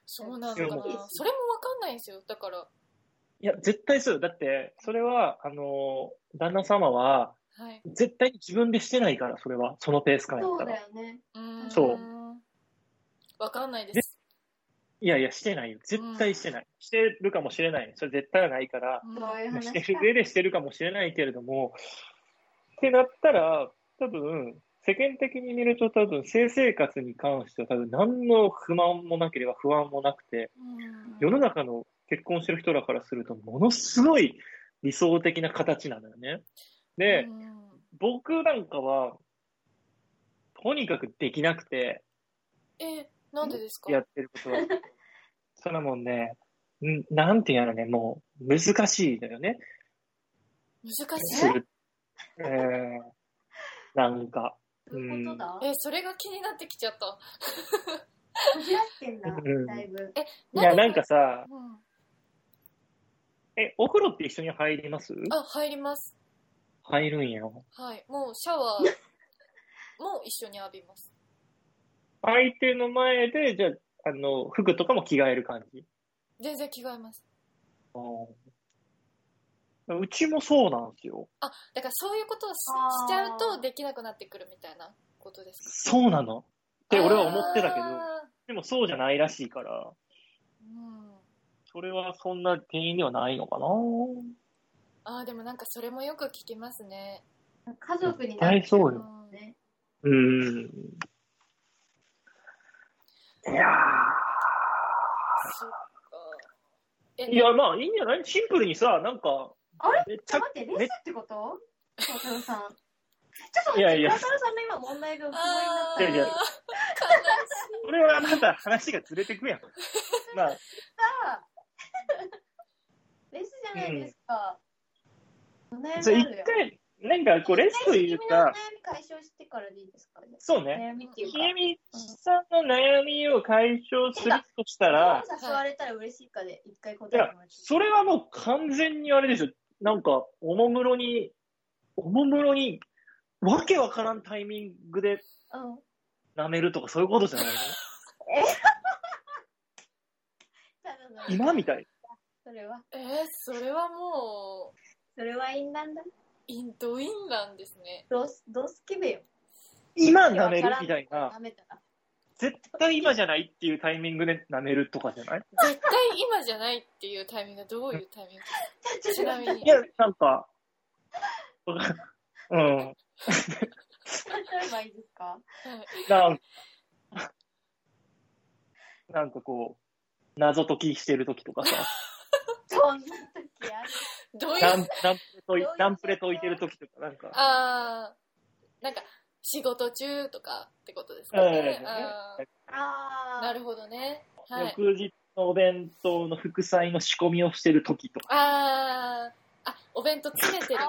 [SPEAKER 3] そうなの
[SPEAKER 2] い
[SPEAKER 3] か
[SPEAKER 2] やも
[SPEAKER 3] な
[SPEAKER 1] う。
[SPEAKER 3] それもわかんないんですよ。だから、
[SPEAKER 2] いや、絶対そうよ。だって、それは、あの、旦那様は、
[SPEAKER 3] はい。
[SPEAKER 2] 絶対に自分でしてないから、それは。そのペース感やっ
[SPEAKER 1] そ
[SPEAKER 2] た
[SPEAKER 1] う
[SPEAKER 2] ら。
[SPEAKER 1] だ
[SPEAKER 2] い
[SPEAKER 1] よね。
[SPEAKER 3] うーん
[SPEAKER 2] そう。
[SPEAKER 3] わかんないです。
[SPEAKER 2] やいや、してないよ。絶対してない。してるかもしれない。それ絶対はないから、
[SPEAKER 3] うん
[SPEAKER 1] そういう話か
[SPEAKER 2] してる上でしてるかもしれないけれども、ってなったら、多分、世間的に見ると多分、性生活に関しては多分、何の不満もなければ不安もなくて、
[SPEAKER 3] うん
[SPEAKER 2] 世の中の結婚してる人らからすると、ものすごい理想的な形なのよね。で、
[SPEAKER 3] うん
[SPEAKER 2] 僕なんかは、とにかくできなくて、
[SPEAKER 3] え、なんでですか
[SPEAKER 2] やってること
[SPEAKER 3] <laughs>
[SPEAKER 2] は。そんなもんね、んなんていうのね、もう難しいのよね。
[SPEAKER 3] 難
[SPEAKER 2] す
[SPEAKER 3] しい。
[SPEAKER 2] る。えー、なんか。
[SPEAKER 1] そういうことだ。
[SPEAKER 3] え、それが気になってきちゃった。
[SPEAKER 1] こじらしてんだ、
[SPEAKER 2] うん
[SPEAKER 1] だいぶ。
[SPEAKER 2] いや、なんかさ、
[SPEAKER 3] うん
[SPEAKER 2] え、お風呂って一緒に入ります
[SPEAKER 3] あ、入ります。
[SPEAKER 2] 入るんやよ。
[SPEAKER 3] はい。もうシャ
[SPEAKER 2] <laughs>
[SPEAKER 3] ワーも一緒に浴びます。
[SPEAKER 2] 相手の前で、じゃあ、あの、服とかも着替える感じ。
[SPEAKER 3] 全然着替えます。
[SPEAKER 2] うんうちもそうなんですよ。
[SPEAKER 3] あ、だからそういうことをし
[SPEAKER 1] あー
[SPEAKER 3] しちゃうとできなくなってくるみたいなことですか
[SPEAKER 2] そうなの。って俺は思ってたけど、
[SPEAKER 3] あ
[SPEAKER 2] でもそうじゃないらしいか
[SPEAKER 3] ー
[SPEAKER 2] ら。
[SPEAKER 3] うん。
[SPEAKER 2] それはそんな原因ではないのかな
[SPEAKER 3] あーでもなんかそれもよく聞きますね。
[SPEAKER 1] 家族にな
[SPEAKER 2] 大そううよ。
[SPEAKER 3] ん
[SPEAKER 1] ね。
[SPEAKER 2] うん。いや
[SPEAKER 3] そっか。え
[SPEAKER 2] ーいや、まあいいんじゃないシンプルにさ、なんか、
[SPEAKER 1] あれ
[SPEAKER 2] めっち
[SPEAKER 1] ちょっ
[SPEAKER 2] ゃ
[SPEAKER 1] と、待って、レ
[SPEAKER 2] め
[SPEAKER 1] スってこと孝太郎さん。ちょっと待っ
[SPEAKER 2] いや
[SPEAKER 1] て、
[SPEAKER 2] いや
[SPEAKER 1] 孝太郎さんの今問題が浮き
[SPEAKER 3] あ
[SPEAKER 1] 彫
[SPEAKER 3] ー
[SPEAKER 1] り
[SPEAKER 2] いやい
[SPEAKER 1] に
[SPEAKER 2] や
[SPEAKER 1] なっ
[SPEAKER 2] これはまた話がずれてく <laughs> やん。まあ、
[SPEAKER 1] た。レスじゃないですか。お悩
[SPEAKER 2] じゃあ
[SPEAKER 1] みあ
[SPEAKER 2] 一
[SPEAKER 1] るよ。
[SPEAKER 2] 回、なんかこう、レスという
[SPEAKER 1] 君のお悩
[SPEAKER 2] か、
[SPEAKER 1] み解消してからでいいですかね。
[SPEAKER 2] そうね。
[SPEAKER 1] 悩みっていう
[SPEAKER 2] ひ
[SPEAKER 1] か。
[SPEAKER 2] えみさんの悩みを解消するとしたら、
[SPEAKER 1] どう誘われたら嬉しいかで一回答
[SPEAKER 2] い
[SPEAKER 1] え
[SPEAKER 2] や
[SPEAKER 1] てもらっ、て。
[SPEAKER 2] それはもう完全にあれでしょ。なんか、おもむろに、おもむろに、わけわからんタイミングで
[SPEAKER 1] うん。
[SPEAKER 2] 舐めるとかそういうことじゃないの
[SPEAKER 1] ただの
[SPEAKER 2] 今みたい。
[SPEAKER 1] それは、
[SPEAKER 3] えーそれはもう、
[SPEAKER 1] それは淫乱だ。
[SPEAKER 3] インドインランですね。
[SPEAKER 1] どうす、どうすけべよ。
[SPEAKER 2] 今舐めるみたい
[SPEAKER 1] わからん
[SPEAKER 2] な、
[SPEAKER 1] 舐めたら。
[SPEAKER 2] 絶対今じゃないっていうタイミングで舐めるとかじゃない
[SPEAKER 3] 絶対今じゃないっていうタイミングはどういうタイミングですかちなみに。
[SPEAKER 2] いや、なんか、うん、
[SPEAKER 1] 例えばいいですか
[SPEAKER 3] はい
[SPEAKER 2] なんか、 <laughs> なんかこう、謎解きしてる時とかさ、
[SPEAKER 1] そんな時ある。
[SPEAKER 3] どうい
[SPEAKER 2] ナ
[SPEAKER 3] う、
[SPEAKER 2] ンナンプレ解いナンプレ解いてる時とか、なんか、
[SPEAKER 3] あーなんか、仕事中とかってことですか
[SPEAKER 2] え
[SPEAKER 3] ね。
[SPEAKER 2] え
[SPEAKER 1] あ
[SPEAKER 3] あー
[SPEAKER 1] あ。
[SPEAKER 3] なるほどね。はい。
[SPEAKER 2] 翌日のお弁当の副菜の仕込みをしてる時とか、
[SPEAKER 3] あーあ、お弁当詰めてる時
[SPEAKER 1] あ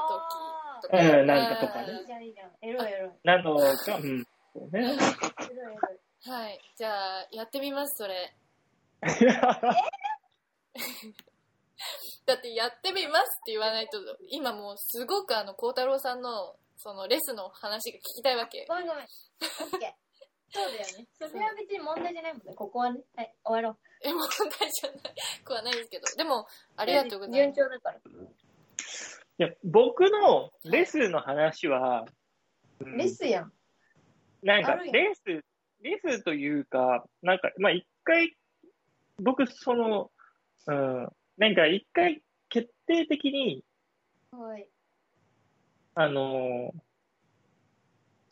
[SPEAKER 3] と
[SPEAKER 1] ー
[SPEAKER 3] か。
[SPEAKER 2] うんなんかとか
[SPEAKER 1] いいじゃん、いいじゃん。エロいエロい。
[SPEAKER 2] なのか、うん、そうね。 <laughs>
[SPEAKER 1] エロいエロい。
[SPEAKER 3] はい。じゃあ、やってみます、それ。だってやってみますって言わないと今もうすごくあの孝太郎さんのそのレスの話が聞きたい
[SPEAKER 1] <laughs>
[SPEAKER 3] わけ
[SPEAKER 1] ごめんごめん。オッケー。そうだよね。それは別に問題じゃないもんね。ここはね。はい、終わろう。
[SPEAKER 3] え問題じゃないくはないですけどでもありがとうございます
[SPEAKER 1] 順調だから。
[SPEAKER 2] いや、僕のレスの話は、うん
[SPEAKER 1] レスやん。
[SPEAKER 2] なん
[SPEAKER 1] あ
[SPEAKER 2] か、
[SPEAKER 1] るやん
[SPEAKER 2] レース、レースというか、なんか、まあ、一回、僕、その、うん、なんか、一回、決定的に、
[SPEAKER 1] はい。
[SPEAKER 2] あのー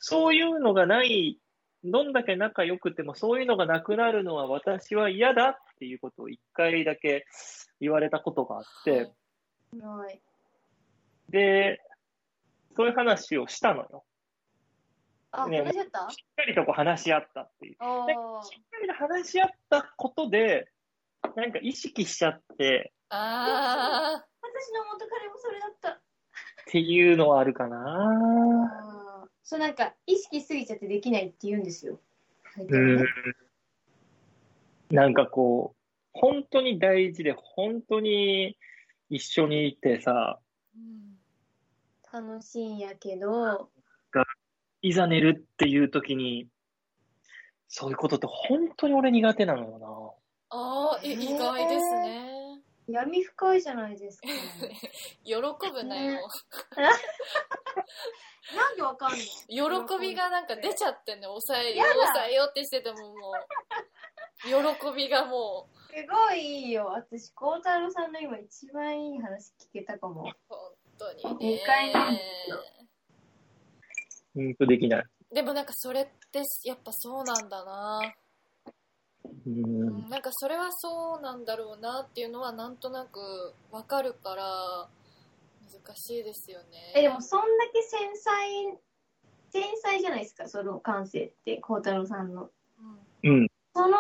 [SPEAKER 2] そういうのがない、どんだけ仲良くても、そういうのがなくなるのは私は嫌だっていうことを一回だけ言われたことがあって、
[SPEAKER 3] はい
[SPEAKER 1] はい。
[SPEAKER 2] で、そういう話をしたのよ。
[SPEAKER 1] あ、
[SPEAKER 2] ね
[SPEAKER 1] 話しちゃった
[SPEAKER 2] しっかりとこう話し合ったっていう。
[SPEAKER 1] あ
[SPEAKER 2] しっかりと話し合ったことで、なんか意識しちゃって
[SPEAKER 3] あ
[SPEAKER 1] 私の元彼もそれだった。
[SPEAKER 2] っていうのはあるかな。
[SPEAKER 1] あーそうなんか、意識しすぎちゃってできないって言うんですよ。
[SPEAKER 2] うん。なんかこう、本当に大事で、本当に一緒にいてさ、
[SPEAKER 3] ー、うん
[SPEAKER 1] 楽しいんやけど、
[SPEAKER 2] いざ寝るっていう時に、そういうことって本当に俺苦手なのよ
[SPEAKER 3] あーえ意外ですね
[SPEAKER 1] 闇深いじゃないです
[SPEAKER 3] <laughs>
[SPEAKER 1] か。
[SPEAKER 3] 喜ぶなよ。
[SPEAKER 1] なんでわかんない
[SPEAKER 3] 喜びがなんか出ちゃってんね抑えよ
[SPEAKER 1] や
[SPEAKER 3] う
[SPEAKER 1] だ
[SPEAKER 3] 抑えようってしててももう喜びがもう
[SPEAKER 1] すごいいいよ。私、孝太郎さんの今一番いい話聞けたかも。
[SPEAKER 3] 本当にね
[SPEAKER 1] 誤解なんですよ
[SPEAKER 2] うんとできない。
[SPEAKER 3] でもなんかそれってやっぱそうなんだな、
[SPEAKER 2] うん
[SPEAKER 3] うんなんかそれはそうなんだろうなっていうのはなんとなくわかるから難しいですよね
[SPEAKER 1] え、でもそんだけ繊細、繊細じゃないですか、その感性って、孝太郎さんの。
[SPEAKER 3] うん
[SPEAKER 2] うん。
[SPEAKER 1] その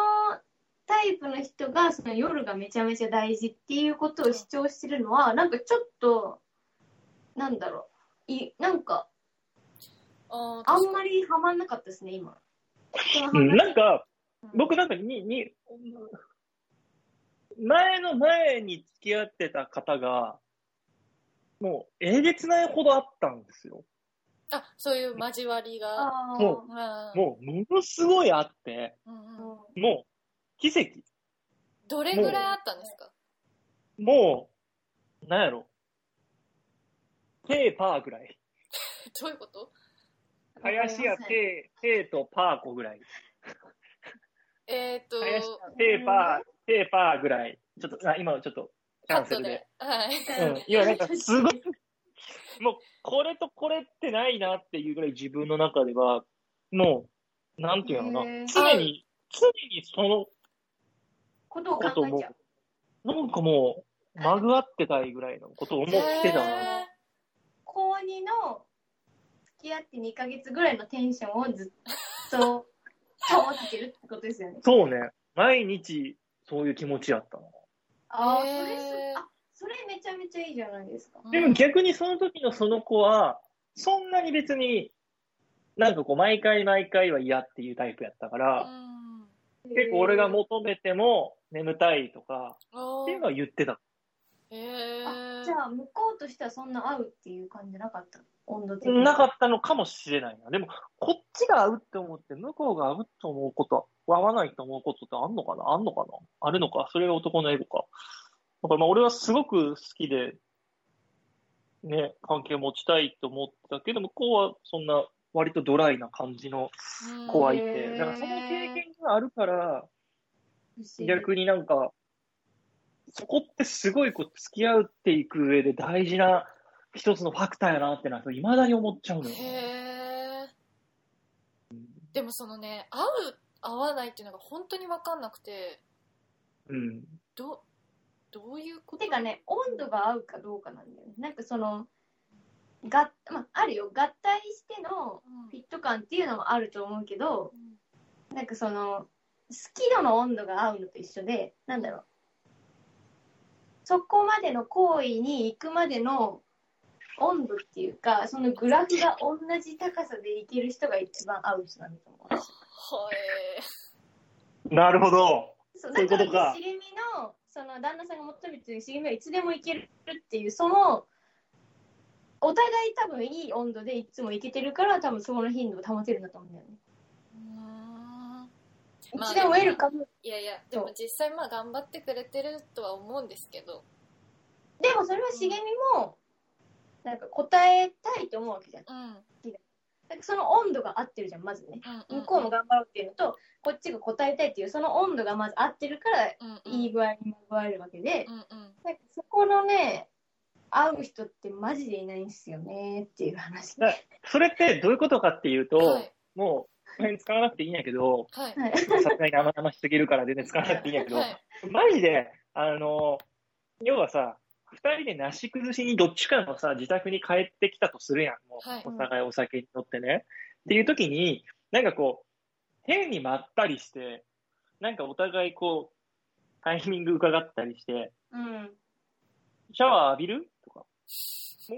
[SPEAKER 1] タイプの人が、その夜がめちゃめちゃ大事っていうことを主張してるのは、なんかちょっと、なんだろう、いなんか、
[SPEAKER 3] あー
[SPEAKER 1] あんまりハマんなかったですね、今。その話
[SPEAKER 2] うんなんか、
[SPEAKER 1] うん
[SPEAKER 2] 僕なんかに、に、前の前に付き合ってた方が、もう、えげつないほどあったんですよ。
[SPEAKER 3] あそういう交わりが
[SPEAKER 1] あー
[SPEAKER 2] そう
[SPEAKER 3] うん
[SPEAKER 2] もう、ものすごいあって、
[SPEAKER 3] うんうん
[SPEAKER 2] もう、奇跡。
[SPEAKER 3] どれぐらいあったんですか <laughs>
[SPEAKER 2] もう、なんやろ。ペーパーぐらい。
[SPEAKER 3] どういうこと
[SPEAKER 2] 林家ペー、ペーとパー子ぐらい。
[SPEAKER 3] えっ、ー、と
[SPEAKER 2] 林家ペーパー、ペーパーぐらい。ちょっと、あ今ちょっと、キ
[SPEAKER 3] カ
[SPEAKER 2] ャン
[SPEAKER 3] ッ
[SPEAKER 2] セ
[SPEAKER 3] ト
[SPEAKER 2] ルで。
[SPEAKER 3] ではい
[SPEAKER 2] うん、いや、なんかすごい、もう、これとこれってないなっていうぐらい自分の中では、もう、なんていうのか
[SPEAKER 1] へ
[SPEAKER 2] な
[SPEAKER 1] ー、
[SPEAKER 2] 常に、常にその
[SPEAKER 1] <laughs> ことを
[SPEAKER 2] こ
[SPEAKER 1] 考
[SPEAKER 2] と
[SPEAKER 1] え
[SPEAKER 2] も
[SPEAKER 1] ちゃう。、
[SPEAKER 2] なんかもう、まぐわってたいぐらいのことを思ってたな。
[SPEAKER 3] へ
[SPEAKER 1] 高2の付き合って2ヶ月ぐらいのテンションをずっと保ってるってことですよね。
[SPEAKER 2] そうね、毎日、そういう気持ちやったな。
[SPEAKER 1] ああ、
[SPEAKER 3] へ
[SPEAKER 1] そ
[SPEAKER 3] ー
[SPEAKER 1] れすあ、それめちゃめちゃいいじゃないですか。
[SPEAKER 3] ー
[SPEAKER 2] でも逆にその時のその子は、そんなに別に、なんかこう、毎回毎回は嫌っていうタイプやったか
[SPEAKER 3] う
[SPEAKER 2] ら、
[SPEAKER 3] ん
[SPEAKER 2] 結構俺が求めても眠たいとか、
[SPEAKER 3] あ
[SPEAKER 2] っていう
[SPEAKER 3] ー
[SPEAKER 2] のは言ってた。
[SPEAKER 3] へえ
[SPEAKER 1] じゃあ、向こうとしてはそんな合うっていう感じなかった温度的に。
[SPEAKER 2] なかったのかもしれないな。でも、こっちが合うって思って、向こうが合うと思うこと、合わないと思うことってあんのかなあんのかなあるのかそれが男のエゴか。だからまあ俺はすごく好きで、ね、関係を持ちたいと思ってたけど、向こうはそんな割とドライな感じの
[SPEAKER 3] うん
[SPEAKER 2] 子はい
[SPEAKER 1] へ
[SPEAKER 2] て、
[SPEAKER 1] ー
[SPEAKER 2] だからその経験があるから、
[SPEAKER 1] 不思議
[SPEAKER 2] 逆になんか、そこってすごいこう付き合っていく上で大事な一つのファクターやなってのは、いまだに思っちゃうのよ。
[SPEAKER 3] へえでもそのね合う合わないっていうのが本当に分かんなくて
[SPEAKER 2] うん。
[SPEAKER 3] どどういうこと
[SPEAKER 1] てかね、温度が合うかどうかなんだよね。なんかその、がまあ、あるよ。合体しての
[SPEAKER 3] うん
[SPEAKER 1] フィット感っていうのもあると思うけど、
[SPEAKER 3] うん
[SPEAKER 1] なんかその、好き度の温度が合うのと一緒で、なんだろう。そこまでの行為に行くまでの温度っていうか、そのグラフが同じ高さでいける人が一番合う人なんだと思う。
[SPEAKER 3] はえ
[SPEAKER 2] なるほど。
[SPEAKER 1] そう
[SPEAKER 2] そうい
[SPEAKER 1] だ
[SPEAKER 2] うこ
[SPEAKER 1] か、
[SPEAKER 2] とから
[SPEAKER 1] 茂みの、その旦那さんが求めてる茂みはいつでもいけるっていう、その、お互い多分いい温度でいつもいけてるから、多分その頻度を保てるんだと思うんだよね。
[SPEAKER 3] うーん
[SPEAKER 1] い
[SPEAKER 3] まあ
[SPEAKER 1] つでも得るかも。
[SPEAKER 3] いやいやでも実際まあ頑張ってくれてるとは思うんですけど
[SPEAKER 1] でもそれは茂みも、なんか答えたいと思うわけじゃん。
[SPEAKER 3] うんうん
[SPEAKER 1] なんかその温度が合ってるじゃん、まずね。
[SPEAKER 3] うん
[SPEAKER 1] 向こうも頑張ろうっていうのと、こっちが答えたいっていう、その温度がまず合ってるから、
[SPEAKER 3] うんうん
[SPEAKER 1] いい具合に具合るわけで、
[SPEAKER 3] うんうん
[SPEAKER 1] なんかそこのね、合う人ってマジでいないんですよねっていう話。
[SPEAKER 2] だそれってどういうことかっていうと、
[SPEAKER 3] はい
[SPEAKER 2] もう、これ使わなくていいんやけど、
[SPEAKER 3] はい
[SPEAKER 1] はい。
[SPEAKER 2] さすがに生々しすぎるから全然使わなくていいんやけど、
[SPEAKER 3] はい
[SPEAKER 2] マジで、あの、要はさ、二人でなし崩しにどっちかのさ、自宅に帰ってきたとするやん。もう
[SPEAKER 3] はい
[SPEAKER 2] お互いお酒に乗ってね。っていう時に、なんかこう、変にまったりして、なんかお互いこう、タイミング伺ったりして、
[SPEAKER 1] うん。
[SPEAKER 2] シャワー浴びるとか、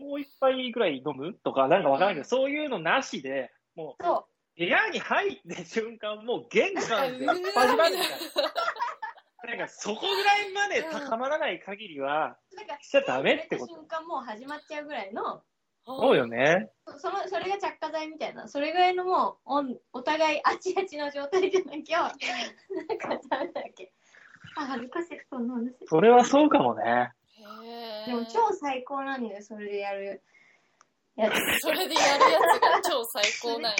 [SPEAKER 2] もう一杯ぐらい飲むとか、なんかわからないけど、そういうのなしで、も、
[SPEAKER 1] そう
[SPEAKER 2] 部屋に入って瞬間、もう玄関で
[SPEAKER 3] うわ
[SPEAKER 2] パリパリみたいな。なんか、そこぐらいまで高まらない限りは、
[SPEAKER 1] う。なんか、
[SPEAKER 2] しちゃダメってこと
[SPEAKER 1] 手を触れた瞬間もう始まっちゃうぐらいの、
[SPEAKER 2] そうよね。
[SPEAKER 1] そそのそれが着火剤みたいな、それぐらいのもう、おお互いあちあちの状態じゃなきゃ、なんかダメだっけ。あ、恥ずかしい。そうなんですよ
[SPEAKER 2] それはそうかもね。
[SPEAKER 3] へえ
[SPEAKER 1] でも超最高なんだよ、それでやる。やつ。
[SPEAKER 3] それでやるやつが超最高なんや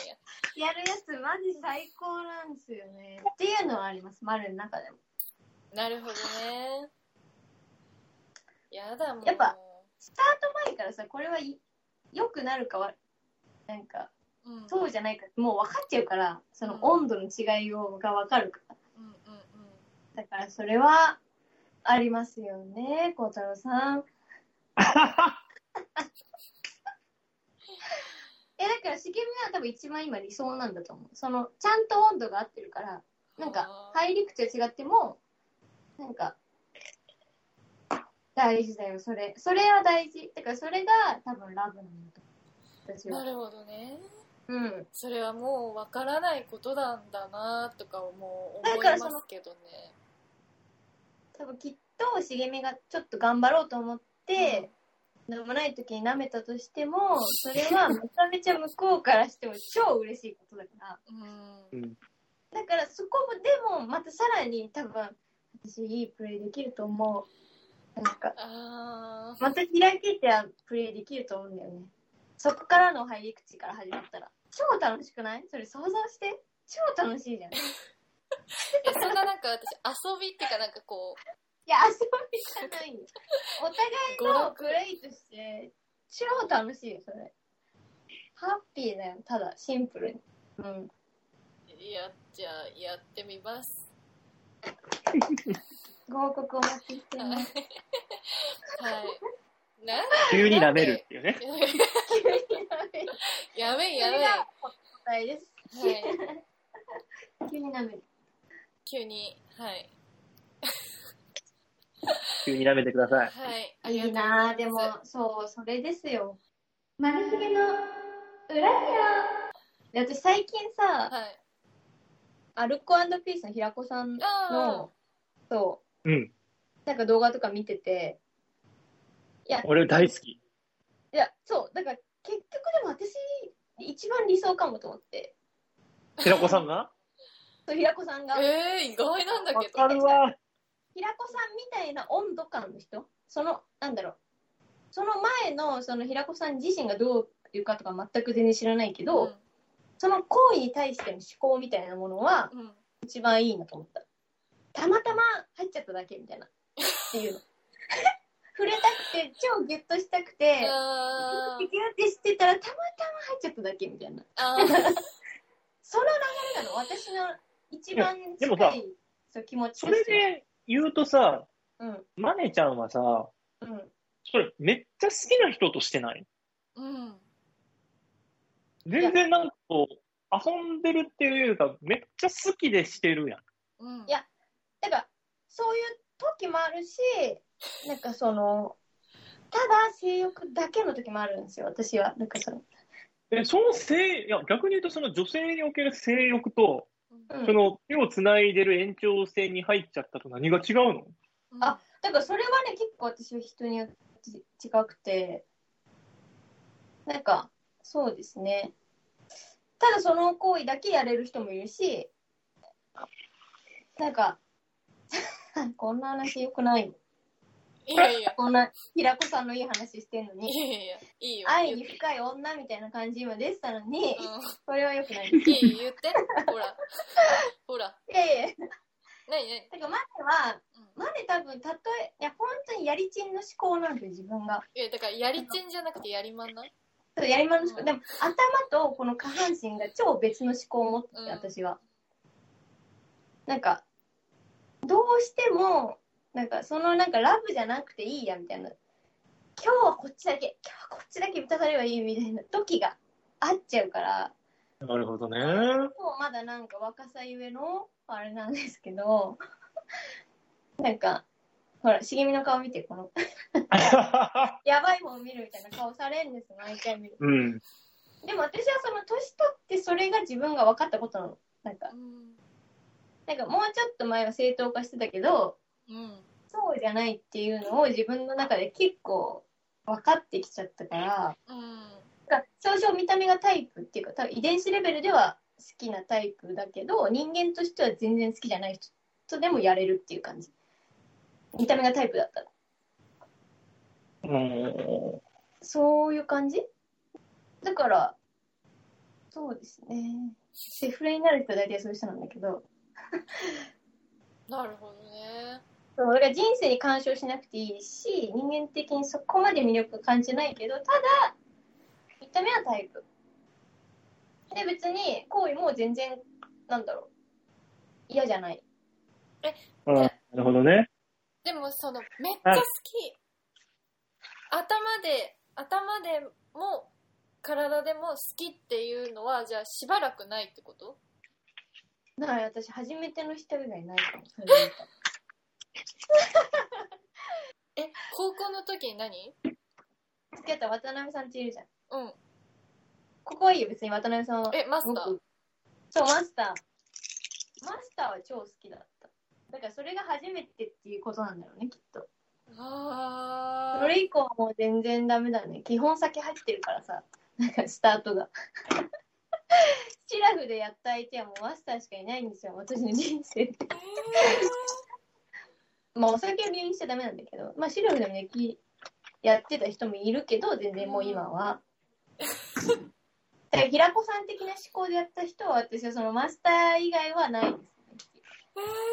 [SPEAKER 1] やるやつマジ最高なんですよね。っていうのはあります、丸の中でも。
[SPEAKER 3] なるほどねやだもん
[SPEAKER 1] やっぱ、スタート前からさ、これはい良くなるかは、なんか、
[SPEAKER 3] うん、
[SPEAKER 1] そうじゃないか、もう分かっちゃうから、その温度の違いをが分かるから。
[SPEAKER 3] うんうんうん
[SPEAKER 1] だからそれは、ありますよね、孝太郎さん。え、だから、茂みは多分一番今理想なんだと思う。その、ちゃんと温度が合ってるから、なんか
[SPEAKER 3] あ、ー
[SPEAKER 1] 入り口は違っても、なんか、大事だよ、それ。それは大事。だから、それが多分ラブなんだと思う。私
[SPEAKER 3] な
[SPEAKER 1] は。
[SPEAKER 3] るほどね
[SPEAKER 1] うん。
[SPEAKER 3] それはもうわからないことなんだなとかもう
[SPEAKER 1] だ
[SPEAKER 3] 思
[SPEAKER 1] から
[SPEAKER 3] い
[SPEAKER 1] そ
[SPEAKER 3] ま
[SPEAKER 1] の
[SPEAKER 3] すけどね
[SPEAKER 1] 多分きっと、茂みがちょっと頑張ろうと思って、何もない時に舐めたとしても、それはめちゃめちゃ向こうからしても超嬉しいことだから。
[SPEAKER 3] う
[SPEAKER 2] うんん
[SPEAKER 1] だからそこもでもまたさらに多分私いいプレイできると思うなんか
[SPEAKER 3] あー
[SPEAKER 1] また開けてはプレイできると思うんだよねそこからの入り口から始まったら超楽しくないそれ想像して超楽しいじゃんい
[SPEAKER 3] えそんななんか私遊びっていうかなんかこう
[SPEAKER 1] や遊びじゃないよお
[SPEAKER 3] 娯
[SPEAKER 1] 互いの
[SPEAKER 3] 楽
[SPEAKER 1] プレイとして超楽しいよそれハッピーだよただシンプルにうん
[SPEAKER 3] やっちゃあやってみます
[SPEAKER 1] 合格を持ってきて
[SPEAKER 3] はいは
[SPEAKER 1] ね
[SPEAKER 3] いなん
[SPEAKER 2] 急に舐めるっていうね。
[SPEAKER 3] やめんや
[SPEAKER 1] そ
[SPEAKER 3] めん
[SPEAKER 1] れが答えです
[SPEAKER 3] はい
[SPEAKER 1] 急に舐める
[SPEAKER 3] 急にはい
[SPEAKER 2] 急に舐めてください。
[SPEAKER 3] はいあ
[SPEAKER 1] い
[SPEAKER 3] りがと
[SPEAKER 1] いう
[SPEAKER 3] ござい
[SPEAKER 1] な
[SPEAKER 3] ま
[SPEAKER 1] ぁ、
[SPEAKER 3] す
[SPEAKER 1] でも、そう、それですよ。マルヒゲの裏庭。で私最近さ、
[SPEAKER 3] はい
[SPEAKER 1] アルコピースの平子さん
[SPEAKER 3] あ
[SPEAKER 1] の、そ
[SPEAKER 2] うん。
[SPEAKER 1] う、なんか動画とか見てて、
[SPEAKER 2] 俺大好き。
[SPEAKER 1] いや、そう、だから結局でも私、一番理想かもと思って、
[SPEAKER 2] 平子さんが
[SPEAKER 1] そう平子さんが、
[SPEAKER 3] あえー、意外なんだ
[SPEAKER 2] わ
[SPEAKER 3] けど
[SPEAKER 2] かるわ。
[SPEAKER 1] 平子さんみたいな温度感の人、その、なんだろう、その前のその平子さん自身がどういうかとか全く全然知らないけど、その行為に対しての思考みたいなものは
[SPEAKER 3] うん、うん、
[SPEAKER 1] 一番いいなと思った。たまたま入っちゃっただけみたいな。っていうの。 <laughs> 触れたくて、超ギュッとしたくて、
[SPEAKER 3] あ
[SPEAKER 1] ギュ
[SPEAKER 3] ー
[SPEAKER 1] ッてしてたらたまたま入っちゃっただけみたいな。
[SPEAKER 3] あー
[SPEAKER 1] その流れなの、私の一番
[SPEAKER 2] いやでも
[SPEAKER 1] 近
[SPEAKER 2] さ
[SPEAKER 1] いそう気持ち
[SPEAKER 2] そ
[SPEAKER 1] と
[SPEAKER 2] れ
[SPEAKER 1] しては。
[SPEAKER 2] で言うとさ、
[SPEAKER 1] うん、
[SPEAKER 2] マネちゃんはさ、
[SPEAKER 1] うん。
[SPEAKER 2] それめっちゃ好きな人としてない
[SPEAKER 3] うん
[SPEAKER 2] 全然なんかこう、遊んでるっていうよりか、めっちゃ好きでしてるやん。
[SPEAKER 3] うん
[SPEAKER 1] いやだから、そういう時もあるし、なんかその、ただ性欲だけの時もあるんですよ、私は。なんかその、
[SPEAKER 2] で、その性、いや、逆に言うとその女性における性欲と、
[SPEAKER 1] うん
[SPEAKER 2] その手をつないでる延長線に入っちゃったと何が違うの
[SPEAKER 3] うん
[SPEAKER 1] あだからそれはね結構私は人によって違くてなんかそうですねただその行為だけやれる人もいるしなんか <laughs> こんな話よくない
[SPEAKER 3] いやいや
[SPEAKER 1] こんな平子さんのいい話してんの
[SPEAKER 3] い
[SPEAKER 1] に
[SPEAKER 3] やいやいいよ
[SPEAKER 1] 愛に深い女みたいな感じ今出てたのに
[SPEAKER 3] う
[SPEAKER 1] これはよくない
[SPEAKER 3] ん、いい言ってほらほら
[SPEAKER 1] いやいや
[SPEAKER 3] なになに
[SPEAKER 1] だからマネは
[SPEAKER 3] うん
[SPEAKER 1] マネ多分たとえいや本当にやりちんの思考なんですよ自分が
[SPEAKER 3] いやだからやりちんじゃなくてやりまんな
[SPEAKER 1] そうやりまんの思考。
[SPEAKER 3] うん
[SPEAKER 1] でも、頭とこの下半身が超別の思考を持ってて、
[SPEAKER 3] うん
[SPEAKER 1] 私は。なんか、どうしても、なんか、その、なんか、ラブじゃなくていいや、みたいな。今日はこっちだけ、今日はこっちだけ満たされればいい、みたいな時があっちゃうから、
[SPEAKER 2] なるほどね。
[SPEAKER 1] もうまだなんか若さゆえの、あれなんですけど、なんか、ほら、茂みの顔見て、この、やばい方を見るみたいな顔されるんですよ、毎回見る。
[SPEAKER 2] <laughs> うん。
[SPEAKER 1] でも私はその年取ってそれが自分が分かったことなの。なんか
[SPEAKER 3] う、ん
[SPEAKER 1] なんかもうちょっと前は正当化してたけど、
[SPEAKER 3] うん
[SPEAKER 1] そうじゃないっていうのを自分の中で結構分かってきちゃったから、
[SPEAKER 3] うん
[SPEAKER 1] なんか少々見た目がタイプっていうか、多分遺伝子レベルでは好きなタイプだけど、人間としては全然好きじゃない人とでもやれるっていう感じ。見た目がタイプだったら。
[SPEAKER 2] うん。
[SPEAKER 1] そういう感じだから、そうですね。セフレになる人は大体そういう人なんだけど、
[SPEAKER 3] なるほどね。
[SPEAKER 1] そうだから人生に干渉しなくていいし、人間的にそこまで魅力感じないけど、ただ、見た目はタイプ。で、別に行為も全然、なんだろう、嫌じゃない。
[SPEAKER 2] あなるほどね。
[SPEAKER 3] でもそのめっちゃ好き頭で頭でも体でも好きっていうのはじゃあしばらくないってこと
[SPEAKER 1] だから私、初めての人以外ないかも。
[SPEAKER 3] <laughs> え高校の時に何
[SPEAKER 1] 付き合った渡辺さんっているじゃん。
[SPEAKER 3] うん
[SPEAKER 1] ここはいいよ、別に渡辺さんは。
[SPEAKER 3] えマスター
[SPEAKER 1] 僕そう、マスター。マスターは超好きだった。だからそれが初めてっていうことなんだろうね、きっと。
[SPEAKER 3] あ
[SPEAKER 1] それ以降はもう全然ダメだね。基本先入ってるからさ、なんかスタートが。 <laughs> シラフでやった相手はもうマスターしかいないんですよ、私の人生で。
[SPEAKER 3] ー、
[SPEAKER 1] まあお酒を理由にしちゃダメなんだけど、まあシラフでもでき、やってた人もいるけど、全然もう今は。だから平子さん的な思考でやった人は、私はそのマスター以外はないですね。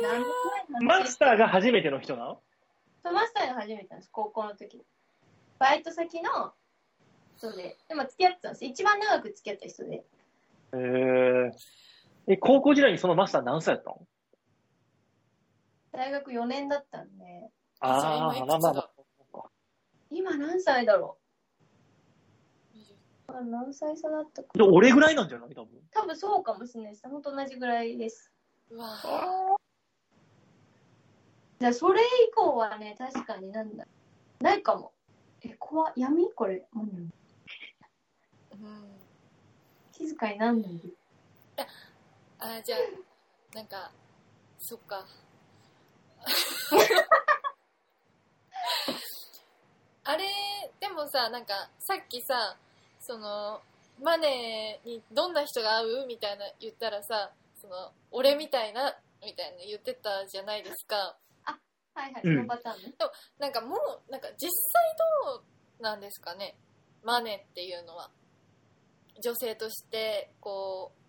[SPEAKER 1] 何年前の話
[SPEAKER 2] マスターが初めての人なの
[SPEAKER 1] そうマスターが初めてなんです、高校の時に。バイト先の、そうで、でも付き合ってたんです。一番長く付き合った人で。
[SPEAKER 2] へえ。え、高校時代にそのマスター何歳だったの
[SPEAKER 1] 大学4年だったんで、
[SPEAKER 2] ああ、
[SPEAKER 3] じゃあ今いくつだ
[SPEAKER 2] まあまあまあ。
[SPEAKER 1] 今何歳だろうあ何歳差だったか。
[SPEAKER 2] で俺ぐらいなんじゃない多分。
[SPEAKER 1] 多分そうかもしれないです。本当同じぐらいです。
[SPEAKER 3] うわ
[SPEAKER 1] じゃあそれ以降はね、確かになんだ。ないかも。え、怖っ闇これ。うん
[SPEAKER 3] うん
[SPEAKER 1] 静かになんない。
[SPEAKER 3] あじゃあなんかそっか <laughs> あれでもさなんかさっきさそのマネーにどんな人が合うみたいな言ったらさその俺みたいなみたいな言ってたじゃないですか
[SPEAKER 1] はいはい、そ
[SPEAKER 2] うん
[SPEAKER 1] のパターンね。
[SPEAKER 3] なんかもうなんか実際どうなんですかねマネーっていうのは女性としてこう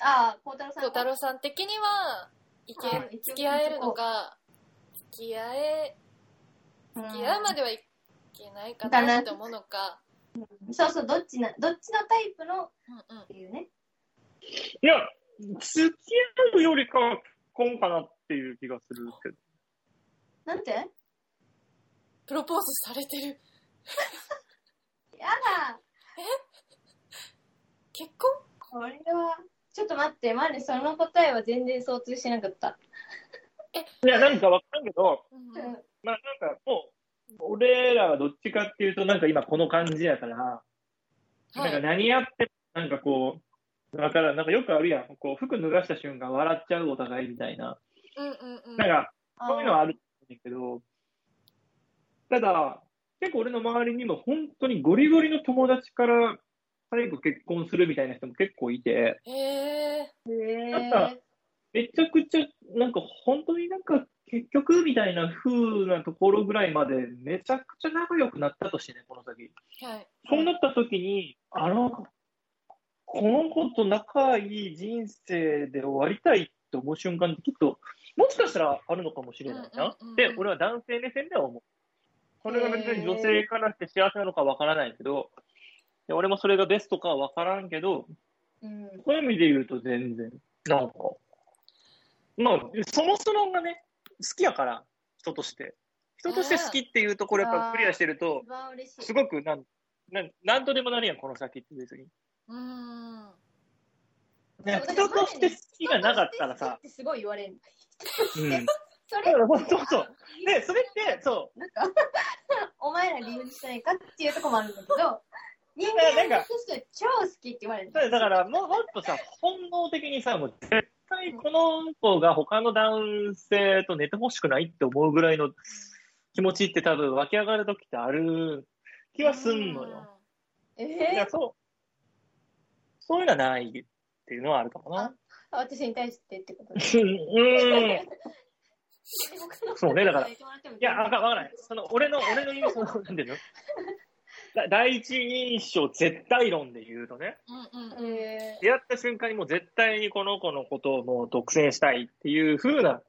[SPEAKER 1] ああ、孝太郎さん
[SPEAKER 3] そう
[SPEAKER 1] が。
[SPEAKER 3] 太郎さん的にはいけ、
[SPEAKER 1] はい
[SPEAKER 3] 付き合えるのか付き合え
[SPEAKER 1] うん
[SPEAKER 3] 付き合うまではいけないかなって思うのか、
[SPEAKER 1] そうそう、どっちな、どっちのタイプのっ
[SPEAKER 3] うんうん、
[SPEAKER 1] ていうね。
[SPEAKER 2] いや、付き合うよりかは結婚かなっていう気がするけど。
[SPEAKER 1] なんてや
[SPEAKER 3] プロポーズされてる
[SPEAKER 1] だ
[SPEAKER 3] 結婚
[SPEAKER 1] これは。ちょっと待って、マネ、その答えは全然相通しなかった。
[SPEAKER 2] いや、なんかわかんないけど、
[SPEAKER 3] うん
[SPEAKER 1] う
[SPEAKER 3] うん
[SPEAKER 1] ん。
[SPEAKER 2] まあなんかもう、俺らはどっちかっていうと、なんか今この感じやから、
[SPEAKER 3] は
[SPEAKER 2] なん
[SPEAKER 3] い
[SPEAKER 2] か何やっても、なんかこう、だからんなんかよくあるやん。こう、服脱がした瞬間笑っちゃうお互いみたいな。
[SPEAKER 3] うんうんうん
[SPEAKER 2] なんか、
[SPEAKER 1] あー
[SPEAKER 2] そういうのはあるんだけど、ただ、結構俺の周りにも本当にゴリゴリの友達から最後結婚するみたいな人も結構いて、
[SPEAKER 3] へえ
[SPEAKER 1] へ
[SPEAKER 2] なんか
[SPEAKER 1] え。
[SPEAKER 2] めちゃくちゃ、なんか本当になんか結局みたいな風なところぐらいまでめちゃくちゃ仲良くなったとしてね、この先。
[SPEAKER 3] はい
[SPEAKER 2] そうなった時に、あの、この子と仲いい人生で終わりたいって思う瞬間ってきっと、もしかしたらあるのかもしれないな
[SPEAKER 3] うんうんうんうん
[SPEAKER 2] って、俺は男性目線では思う。これが別に女性からして幸せなのかわからないけど、で俺もそれがベストかはわからんけど、
[SPEAKER 1] うん。
[SPEAKER 2] そういう意味で言うと全然、なんか、まあ、そもそもがね、好きやから、人として。人として好きっていうところやっぱクリアしてると
[SPEAKER 1] 一、番嬉し
[SPEAKER 2] す
[SPEAKER 1] い。
[SPEAKER 2] ごくなん、なん、なんとでもなるやん、この先って別に。
[SPEAKER 3] うーん
[SPEAKER 2] なんか人として好きがなかったらさ
[SPEAKER 1] っ、てすごい言われる。
[SPEAKER 2] うん。だ
[SPEAKER 1] そ
[SPEAKER 2] か
[SPEAKER 1] れ、
[SPEAKER 2] ら本当そう。で、それって、そ
[SPEAKER 1] なんか、お前ら理由にしないかっていうとこもあるんだ
[SPEAKER 2] <laughs>
[SPEAKER 1] けど、人
[SPEAKER 2] なん
[SPEAKER 1] 間
[SPEAKER 2] か
[SPEAKER 1] として超好きって言われる
[SPEAKER 2] う。。だから、もうもっとさ、本能的にさ、もう絶対この子が他の男性と寝てほしくないって思うぐらいの気持ちって多分湧き上がる時ってある気はすんのよ。
[SPEAKER 1] え
[SPEAKER 2] いや、
[SPEAKER 1] え
[SPEAKER 2] そう。そういうのはないっていうのはあるかもな。
[SPEAKER 1] 私に対してってこと
[SPEAKER 2] うん。
[SPEAKER 1] 僕の
[SPEAKER 2] <laughs> そうねだから
[SPEAKER 1] 一番っても
[SPEAKER 2] いや、わかわからない。その、俺の、俺の意味、その、なんていうのだ第一印象絶対論で言うとね、
[SPEAKER 3] うんうんうん。
[SPEAKER 1] え
[SPEAKER 2] 出会った瞬間にもう絶対にこの子のことをもう独占したいっていう風な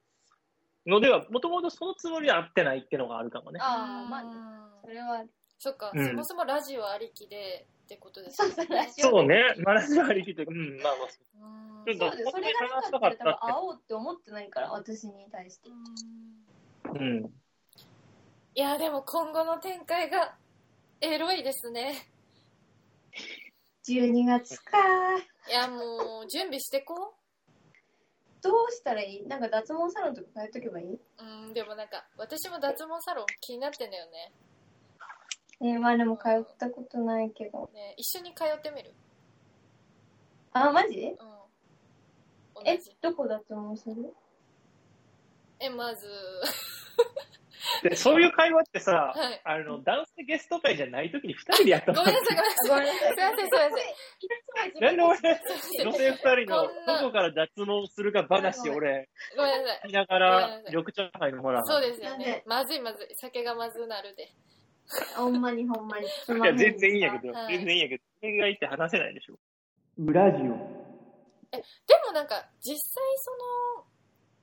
[SPEAKER 2] のでは、もともとそのつもりは合ってないっていうのがあるかもね
[SPEAKER 1] ー、。ああ、まあ、それは、
[SPEAKER 3] そっか、
[SPEAKER 2] うん
[SPEAKER 3] そもそもラジオありきでってことです
[SPEAKER 1] そうそ
[SPEAKER 3] よ
[SPEAKER 1] う、ラ
[SPEAKER 3] ね。
[SPEAKER 1] ジオ
[SPEAKER 2] そうね。マラジオありきというか、うん、まあまあ、
[SPEAKER 3] うん
[SPEAKER 2] ちょ
[SPEAKER 1] そ
[SPEAKER 2] っと
[SPEAKER 1] うです。それがなかったら、多分会おうって思ってないから、私に対して
[SPEAKER 3] う。ん
[SPEAKER 2] うん。
[SPEAKER 3] いや、でも今後の展開がエロいですね。
[SPEAKER 1] 12月か
[SPEAKER 3] いや、もう準備してこ
[SPEAKER 1] どうしたらいいなんか脱毛サロンとか通っとけばいい
[SPEAKER 3] うん、でもなんか、私も脱毛サロン気になってんだよね。
[SPEAKER 1] えー、まあでも通ったことないけど。
[SPEAKER 3] ね一緒に通ってみる
[SPEAKER 1] あ、マジ
[SPEAKER 3] うん。同
[SPEAKER 1] え
[SPEAKER 3] じ。、
[SPEAKER 1] どこ脱毛する
[SPEAKER 3] え、まず、
[SPEAKER 2] で、そういう会話ってさ、
[SPEAKER 3] はい
[SPEAKER 2] あの、男性ゲスト会じゃないときに二人でやった
[SPEAKER 3] ごめ
[SPEAKER 2] の
[SPEAKER 3] んなさい、ごめんな
[SPEAKER 1] あ
[SPEAKER 3] さい。
[SPEAKER 1] ごめんなさい。
[SPEAKER 3] すいません、すいません。
[SPEAKER 2] なんで俺、
[SPEAKER 3] い
[SPEAKER 2] 女性二人の
[SPEAKER 3] こんな
[SPEAKER 2] どこから脱毛するか話を俺、
[SPEAKER 3] ごめんなさい。
[SPEAKER 2] 見なが
[SPEAKER 3] ごめん
[SPEAKER 2] ら
[SPEAKER 3] なさい
[SPEAKER 2] 緑茶杯のほら、
[SPEAKER 3] そうですよ
[SPEAKER 1] なんで
[SPEAKER 3] ね。まずいまずい。酒がまずなるで。
[SPEAKER 1] ほんまにほんまに。
[SPEAKER 2] いや、全然いいんやけど、
[SPEAKER 3] はい
[SPEAKER 2] 全然いいんやけど、恋愛って話せないでしょ。
[SPEAKER 5] 裏ジオ。
[SPEAKER 3] でもなんか、実際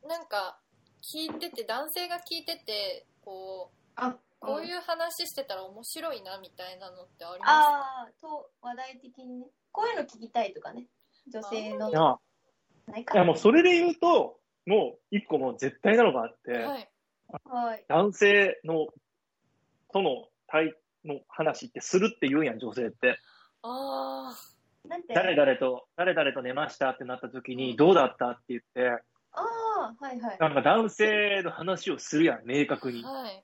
[SPEAKER 3] その、なんか、聞いてて、男性が聞いてて、こう、
[SPEAKER 1] あ、
[SPEAKER 3] こう
[SPEAKER 1] う
[SPEAKER 3] い
[SPEAKER 1] ん。
[SPEAKER 3] う話してたら面白いな、みたいなのってありま
[SPEAKER 1] あー、と、話題的にね。こういうの聞きたいとかね。女性の、
[SPEAKER 2] なあ
[SPEAKER 1] ない
[SPEAKER 2] い
[SPEAKER 1] か
[SPEAKER 2] や、もうそれで言うと、もう一個もう絶対なのがあって、
[SPEAKER 3] すかはい。
[SPEAKER 1] はい。
[SPEAKER 2] 男性の、との対、の話ってするって言うやん、女性って。
[SPEAKER 3] あ
[SPEAKER 1] なんて。
[SPEAKER 2] 誰々と、誰々と寝ましたってなった時
[SPEAKER 3] う
[SPEAKER 2] に、
[SPEAKER 3] ん
[SPEAKER 2] どうだったって言って、
[SPEAKER 1] あー、はいはい。
[SPEAKER 2] なんか男性の話をするやん、明確に
[SPEAKER 3] あ、。はい。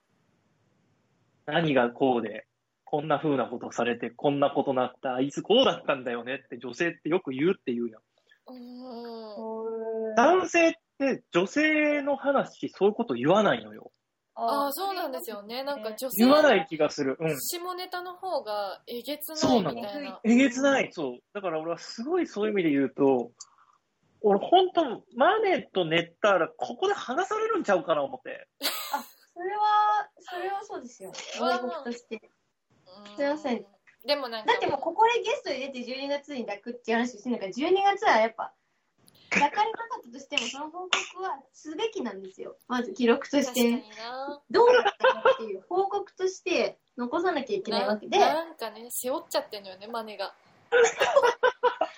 [SPEAKER 2] 何がこうで、こんな風なことされて、こんなことなった、あいつこうだったんだよねって女性ってよく言うって言うやん。
[SPEAKER 3] うーん。
[SPEAKER 1] おー
[SPEAKER 2] 男性って女性の話、そういうこと言わないのよ。
[SPEAKER 3] ああ、そうなんですよね。なんか女性
[SPEAKER 2] 言わな
[SPEAKER 3] の
[SPEAKER 2] い気がする。うん。
[SPEAKER 3] 下ネタの方がえげつ
[SPEAKER 2] そう
[SPEAKER 3] な
[SPEAKER 2] ないの
[SPEAKER 3] みたいな。
[SPEAKER 2] えげつない。そう。だから俺はすごいそういう意味で言うと、俺本当マネとネったらここで話されるんちゃうかな思って。
[SPEAKER 1] それは、それはそうですよ。
[SPEAKER 3] わー
[SPEAKER 1] 報告として。
[SPEAKER 3] う
[SPEAKER 1] すいません。
[SPEAKER 3] でもなんか、
[SPEAKER 1] だってもうここでゲストに出て12月に抱くっていう話をしてるから12月はやっぱ抱かれなかったとしてもその報告はすべきなんですよまず記録とし
[SPEAKER 3] 確かに
[SPEAKER 1] て
[SPEAKER 3] な。
[SPEAKER 1] どうだったかっていう報告として残さなきゃいけないわけで
[SPEAKER 3] ななんかね、背負っちゃってんのよね、マ
[SPEAKER 1] <laughs>
[SPEAKER 3] ネが。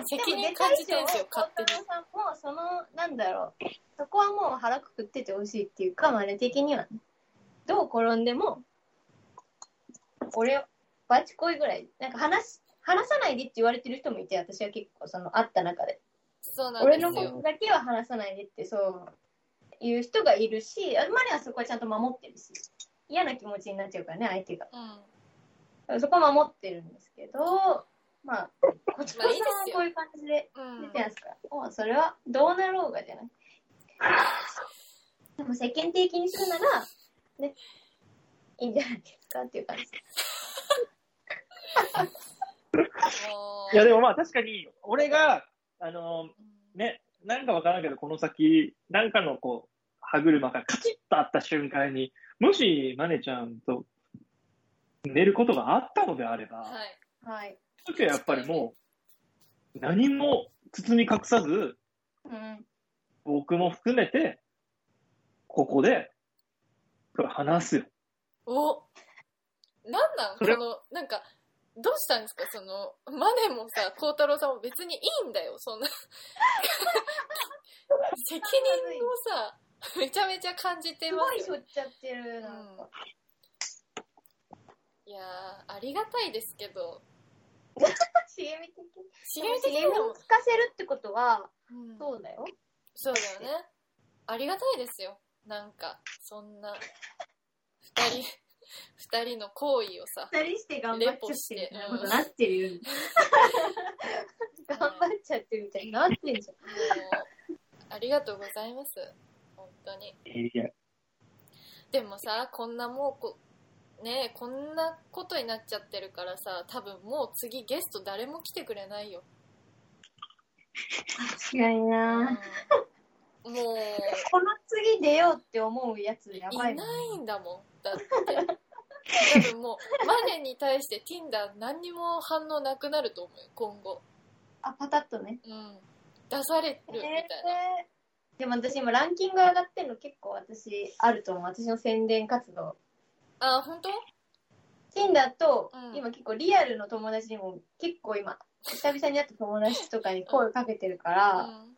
[SPEAKER 3] 責任感じてんすよ、勝手
[SPEAKER 1] でも
[SPEAKER 3] に。
[SPEAKER 1] 出た以上孝太郎さんもそのなんだろうそこはもう腹くくっててほしいっていうかまあね的にはねどう転んでも俺バチコイぐらいなんか話す話さないでって言われてる人もいて私は結構その会った中で
[SPEAKER 3] そうなん
[SPEAKER 1] 俺
[SPEAKER 3] です
[SPEAKER 1] のこ
[SPEAKER 3] よ。
[SPEAKER 1] とだけは話さないでってそういう人がいるしあマリはそこはちゃんと守ってるし嫌な気持ちになっちゃうからね相手が
[SPEAKER 3] うん。ま
[SPEAKER 1] そこは守ってるんですけどまあこっちさん
[SPEAKER 3] いい
[SPEAKER 1] は
[SPEAKER 3] ですよ
[SPEAKER 1] こういう感じで
[SPEAKER 3] うん
[SPEAKER 1] 出てますから、もうそれはどうなろうがじゃないでも世間的にするならねいいんじゃないですかっていう感じ
[SPEAKER 3] もう
[SPEAKER 2] いやでもまあ確かに、俺が、あの
[SPEAKER 3] うん
[SPEAKER 2] ね、なんかわからんけど、この先、なんかのこう、歯車がカチッとあった瞬間に、もし、マネちゃんと寝ることがあったのであれば、
[SPEAKER 3] はい。
[SPEAKER 1] はい、
[SPEAKER 2] その時はやっぱりもう、何も包み隠さず、
[SPEAKER 1] うん、
[SPEAKER 2] 僕も含めて、ここで、これ話すよ。
[SPEAKER 3] おなんなん
[SPEAKER 2] それ
[SPEAKER 3] この、なんか、どうしたんですかその、マネもさ、孝太郎さんも別にいいんだよ、そんな。 <laughs> 責任をさ、めちゃめちゃ感じて
[SPEAKER 1] す
[SPEAKER 3] ま
[SPEAKER 1] ごい
[SPEAKER 3] す
[SPEAKER 1] しょ
[SPEAKER 3] よ。
[SPEAKER 1] っちゃってるなんか、
[SPEAKER 3] いやー、ありがたいですけど、
[SPEAKER 1] 茂み的に
[SPEAKER 3] 知
[SPEAKER 1] 茂
[SPEAKER 3] り
[SPEAKER 1] み
[SPEAKER 3] 合い的に
[SPEAKER 1] に聞
[SPEAKER 3] も、
[SPEAKER 1] かせるってことは
[SPEAKER 3] うん
[SPEAKER 1] そうだよ
[SPEAKER 3] そうだよね。ありがたいですよ。なんか、そんな、二人、二人の行為をさ、
[SPEAKER 1] 二人して頑張っちゃってるみたいなことなってるよ。
[SPEAKER 3] うん
[SPEAKER 1] 頑張っちゃってるみたいになってんじゃん。
[SPEAKER 3] も <laughs> う、ありがとうございます。本当に。
[SPEAKER 2] いや、
[SPEAKER 3] でもさ、こんなもうこ、ねえ、こんなことになっちゃってるからさ、多分もう次ゲスト誰も来てくれないよ。
[SPEAKER 1] 確かに
[SPEAKER 3] うん
[SPEAKER 1] な
[SPEAKER 3] も
[SPEAKER 1] この次出ようって思うやつや
[SPEAKER 3] う、い
[SPEAKER 1] ば
[SPEAKER 3] ない
[SPEAKER 1] もん
[SPEAKER 3] いんだもん。だって。多分もう、マネに対して Tinder 何にも反応なくなると思うよ、今後。
[SPEAKER 1] あ、パタッとね。
[SPEAKER 3] うん。出されるみたいな。
[SPEAKER 1] えーでも私今ランキング上がってるの結構私あると思う。私の宣伝活動。
[SPEAKER 3] あ、本当
[SPEAKER 1] Tinder と
[SPEAKER 3] うん
[SPEAKER 1] 今結構リアルの友達にも結構今、久々に会った友達とかに声かけてるから、
[SPEAKER 3] うん。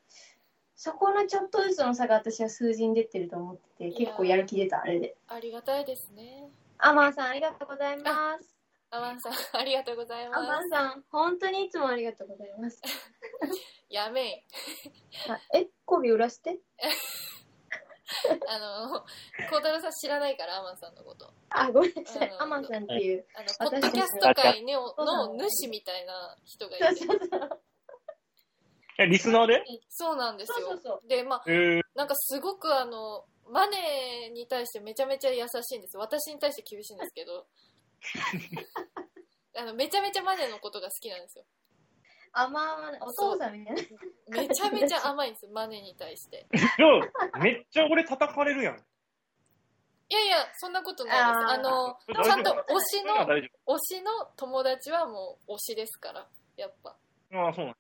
[SPEAKER 1] そこのちょっとずつの差が私は数字に出てると思ってて、結構やる気出た、あれで。
[SPEAKER 3] ありがたいですね。
[SPEAKER 1] アマンさんありがとうございます。
[SPEAKER 3] アマンさん、ありがとうござい
[SPEAKER 1] ア
[SPEAKER 3] ま
[SPEAKER 1] マ
[SPEAKER 3] す
[SPEAKER 1] ン。さん、本当にいつもありがとうございます。
[SPEAKER 3] やめん。
[SPEAKER 1] あえ、媚び売らして
[SPEAKER 3] あの、孝太郎さん知らないから、アマンさんのこと。
[SPEAKER 1] あ、ごめんなさい。
[SPEAKER 3] うん
[SPEAKER 1] アマンさんっていう。
[SPEAKER 3] あの、ポ
[SPEAKER 1] 私
[SPEAKER 3] ッドキャスト界の
[SPEAKER 1] そうな
[SPEAKER 3] の
[SPEAKER 1] の
[SPEAKER 3] 主みたいな人がい
[SPEAKER 1] そう
[SPEAKER 3] て。
[SPEAKER 1] そうそう。
[SPEAKER 2] え、リスナーで
[SPEAKER 3] そうなんですよ。
[SPEAKER 1] そうそう
[SPEAKER 3] で、まあ、
[SPEAKER 2] えー、
[SPEAKER 3] なんかすごくあの、マネに対してめちゃめちゃ優しいんです。私に対して厳しいんです
[SPEAKER 1] <laughs>
[SPEAKER 3] けど。あの、めちゃめちゃマネのことが好きなんですよ。
[SPEAKER 1] アマンはねお父さんみたいな。
[SPEAKER 3] めちゃめちゃ甘いんです、マネに対して。
[SPEAKER 2] じゃあ、めっちゃ俺叩かれるやん。
[SPEAKER 3] いやいや、そんなことないです。
[SPEAKER 1] あー
[SPEAKER 3] あの、
[SPEAKER 2] 大丈夫
[SPEAKER 3] ちゃんと推し
[SPEAKER 2] そういうのは
[SPEAKER 3] の、
[SPEAKER 2] 大丈
[SPEAKER 3] 推しの友達はもう推しですから、やっぱ。
[SPEAKER 2] 夫。ああ、そうなん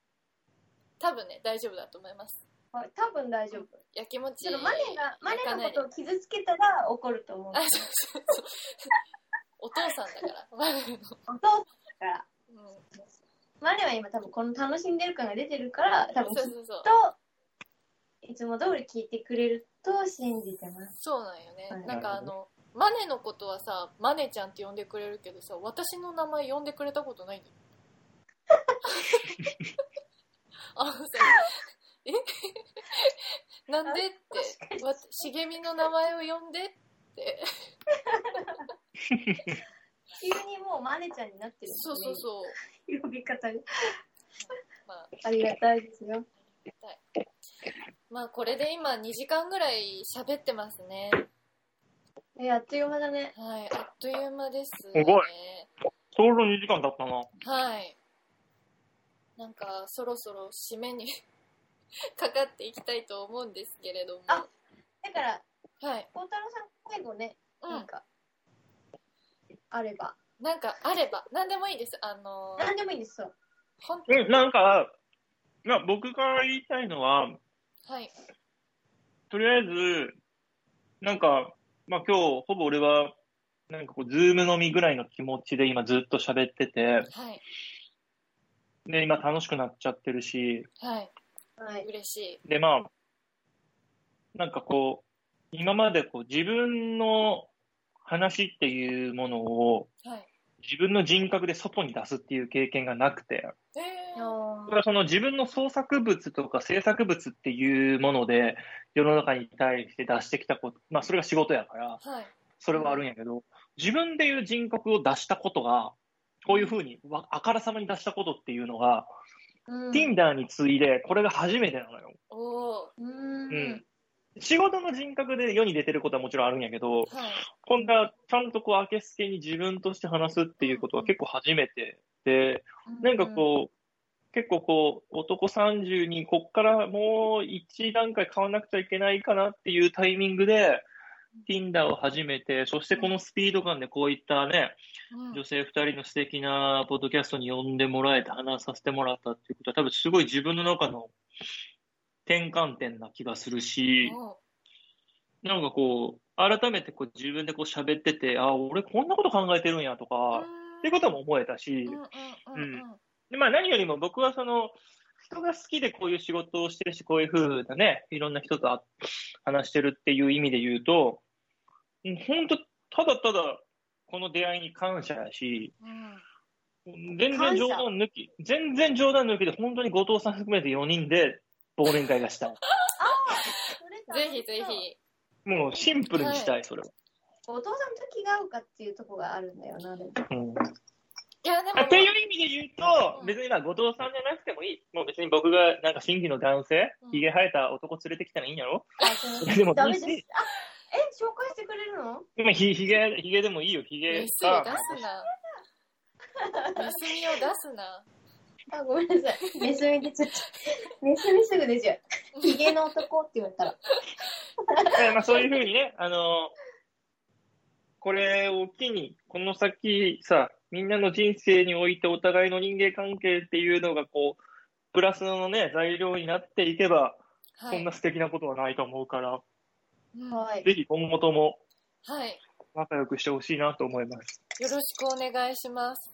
[SPEAKER 3] 多分ね、大丈夫だと思います。
[SPEAKER 1] あ多分大丈夫。
[SPEAKER 3] やきもち。
[SPEAKER 1] そのマネが、マネのことを傷つけたら怒ると思う
[SPEAKER 3] あ、。そうそうそう。お父さん
[SPEAKER 1] <laughs>
[SPEAKER 3] だから、マネの。
[SPEAKER 1] お父さんだから。
[SPEAKER 3] うん
[SPEAKER 1] マネは今多分この楽しんでる感が出てるから、多分き
[SPEAKER 3] そ
[SPEAKER 1] っ
[SPEAKER 3] うそうそう。
[SPEAKER 1] と、いつも通り聞いてくれると信じてます。
[SPEAKER 3] そうなんよね、
[SPEAKER 1] はい
[SPEAKER 3] なんかあのマネのことはさマネちゃんって呼んでくれるけどさ私の名前呼んでくれたことな
[SPEAKER 1] <laughs>
[SPEAKER 3] いんだよあのさえなんでってわ茂みの名前を呼んでって
[SPEAKER 1] 急にもうマネちゃんになってる、
[SPEAKER 3] そうそう
[SPEAKER 1] う。
[SPEAKER 3] そう
[SPEAKER 1] 呼び方が。
[SPEAKER 3] まあ
[SPEAKER 1] ありがたいですよ。
[SPEAKER 3] まあこれで今2時間ぐらい喋ってますね
[SPEAKER 1] え、あっという間だね。
[SPEAKER 3] はいあっという間です
[SPEAKER 2] す
[SPEAKER 3] ね
[SPEAKER 2] ごいちょうど2時間経ったな。
[SPEAKER 3] はい。なんか、そろそろ締めに <laughs> かかっていきたいと思うんですけれども。
[SPEAKER 1] あだから、
[SPEAKER 3] はい。
[SPEAKER 1] 孝太郎さん最後ね、
[SPEAKER 3] う
[SPEAKER 1] なん
[SPEAKER 3] ん。
[SPEAKER 1] か、あれば。
[SPEAKER 3] なんか、あれば、なんでもいいです。あのー
[SPEAKER 1] なんでもいいんですよ。
[SPEAKER 3] ほん、
[SPEAKER 2] うん、なんか、まあ、僕から言いたいのは、
[SPEAKER 3] はい。
[SPEAKER 2] とりあえず、なんか、まあ、今日、ほぼ俺は、なんかこう、ズーム飲みぐらいの気持ちで今ずっと喋ってて、
[SPEAKER 3] はい。
[SPEAKER 2] で、今楽しくなっちゃってるし、
[SPEAKER 3] はい。
[SPEAKER 1] はい。
[SPEAKER 3] 嬉しい。
[SPEAKER 2] で、まあ、なんかこう、今までこう、自分の話っていうものを、
[SPEAKER 3] はい。
[SPEAKER 2] 自分の人格で外に出すっていう経験がなくて、
[SPEAKER 3] えー、
[SPEAKER 2] だからその自分の創作物とか制作物っていうもので世の中に対して出してきたこと、まあそれが仕事やから、
[SPEAKER 3] はい。
[SPEAKER 2] それはあるんやけど、自分でいう人格を出したことが、こういうふうにわあからさまに出したことっていうのが、
[SPEAKER 1] うん
[SPEAKER 2] Tinder に次いでこれが初めてなのよ。
[SPEAKER 3] おー。
[SPEAKER 1] うん
[SPEAKER 2] うん。仕事の人格で世に出てることはもちろんあるんやけど、
[SPEAKER 3] はい。
[SPEAKER 2] 今度はちゃんとこう、明けすけに自分として話すっていうことは結構初めてで、なんかこう、結構こう、男30に、こっからもう一段階買わなくちゃいけないかなっていうタイミングで、Tinder を始めて、そしてこのスピード感でこういったね、
[SPEAKER 3] うん
[SPEAKER 2] 女性2人の素敵なポッドキャストに呼んでもらえて、話させてもらったっていうことは、多分すごい自分の中の転換点な気がするし、
[SPEAKER 3] おー
[SPEAKER 2] なんかこう、改めてこう自分でこう喋ってて、あ、俺こんなこと考えてるんやと
[SPEAKER 3] う
[SPEAKER 2] か、
[SPEAKER 3] ん
[SPEAKER 2] っていうことも思えたし、
[SPEAKER 3] うんうんうんうん
[SPEAKER 2] で、まあ何よりも僕はその、人が好きでこういう仕事をしてるし、こういう風なね、いろんな人とあ話してるっていう意味で言うと、本当ただただ、この出会いに感謝やし、
[SPEAKER 3] うん
[SPEAKER 2] 全然冗談抜き、全然冗談抜きで、本当に後藤さん含めて4人で忘年会がしたい。
[SPEAKER 3] ぜひぜひ。
[SPEAKER 2] もうシンプルにしたい、それは。
[SPEAKER 1] お父さんと気が合うかっていうとこがあるんだよな、でも。
[SPEAKER 2] うん
[SPEAKER 3] いや、でも、
[SPEAKER 2] あっていう意味で言う
[SPEAKER 3] う
[SPEAKER 2] と、
[SPEAKER 3] ん
[SPEAKER 2] 別にまあ後藤さんじゃなくてもいい。もう別に僕がなんか真偽の男性
[SPEAKER 3] うん、
[SPEAKER 2] 髭生えた男連れてきたらいいんやろ
[SPEAKER 1] あその
[SPEAKER 2] でも
[SPEAKER 1] ダメです。あ、
[SPEAKER 2] いい
[SPEAKER 1] え
[SPEAKER 2] し、
[SPEAKER 1] 紹介してくれるの
[SPEAKER 2] 今ひ、ひげ、ひげでもいいよ、ひ
[SPEAKER 3] メ
[SPEAKER 1] <laughs>
[SPEAKER 2] げ
[SPEAKER 3] スを
[SPEAKER 2] か
[SPEAKER 3] 出すな。メスみを出すな。
[SPEAKER 1] あ、ごめんなさ
[SPEAKER 2] <laughs>
[SPEAKER 1] い。ネズミ出ちゃった。ネズミすぐ出ちゃう。ヒゲの男って言われたら。
[SPEAKER 2] えまあ、そういうふうにね、あの、これを機に、この先さ、みんなの人生においてお互いの人間関係っていうのが、こう、プラスのね、材料になっていけば、
[SPEAKER 3] は
[SPEAKER 2] そん
[SPEAKER 3] い
[SPEAKER 2] な。素敵なことはないと思うから、
[SPEAKER 3] うんは
[SPEAKER 1] はい。
[SPEAKER 2] ぜひ今後とも
[SPEAKER 3] い。
[SPEAKER 2] 仲良くしてほしいなと思います。
[SPEAKER 3] よろしくお願いします。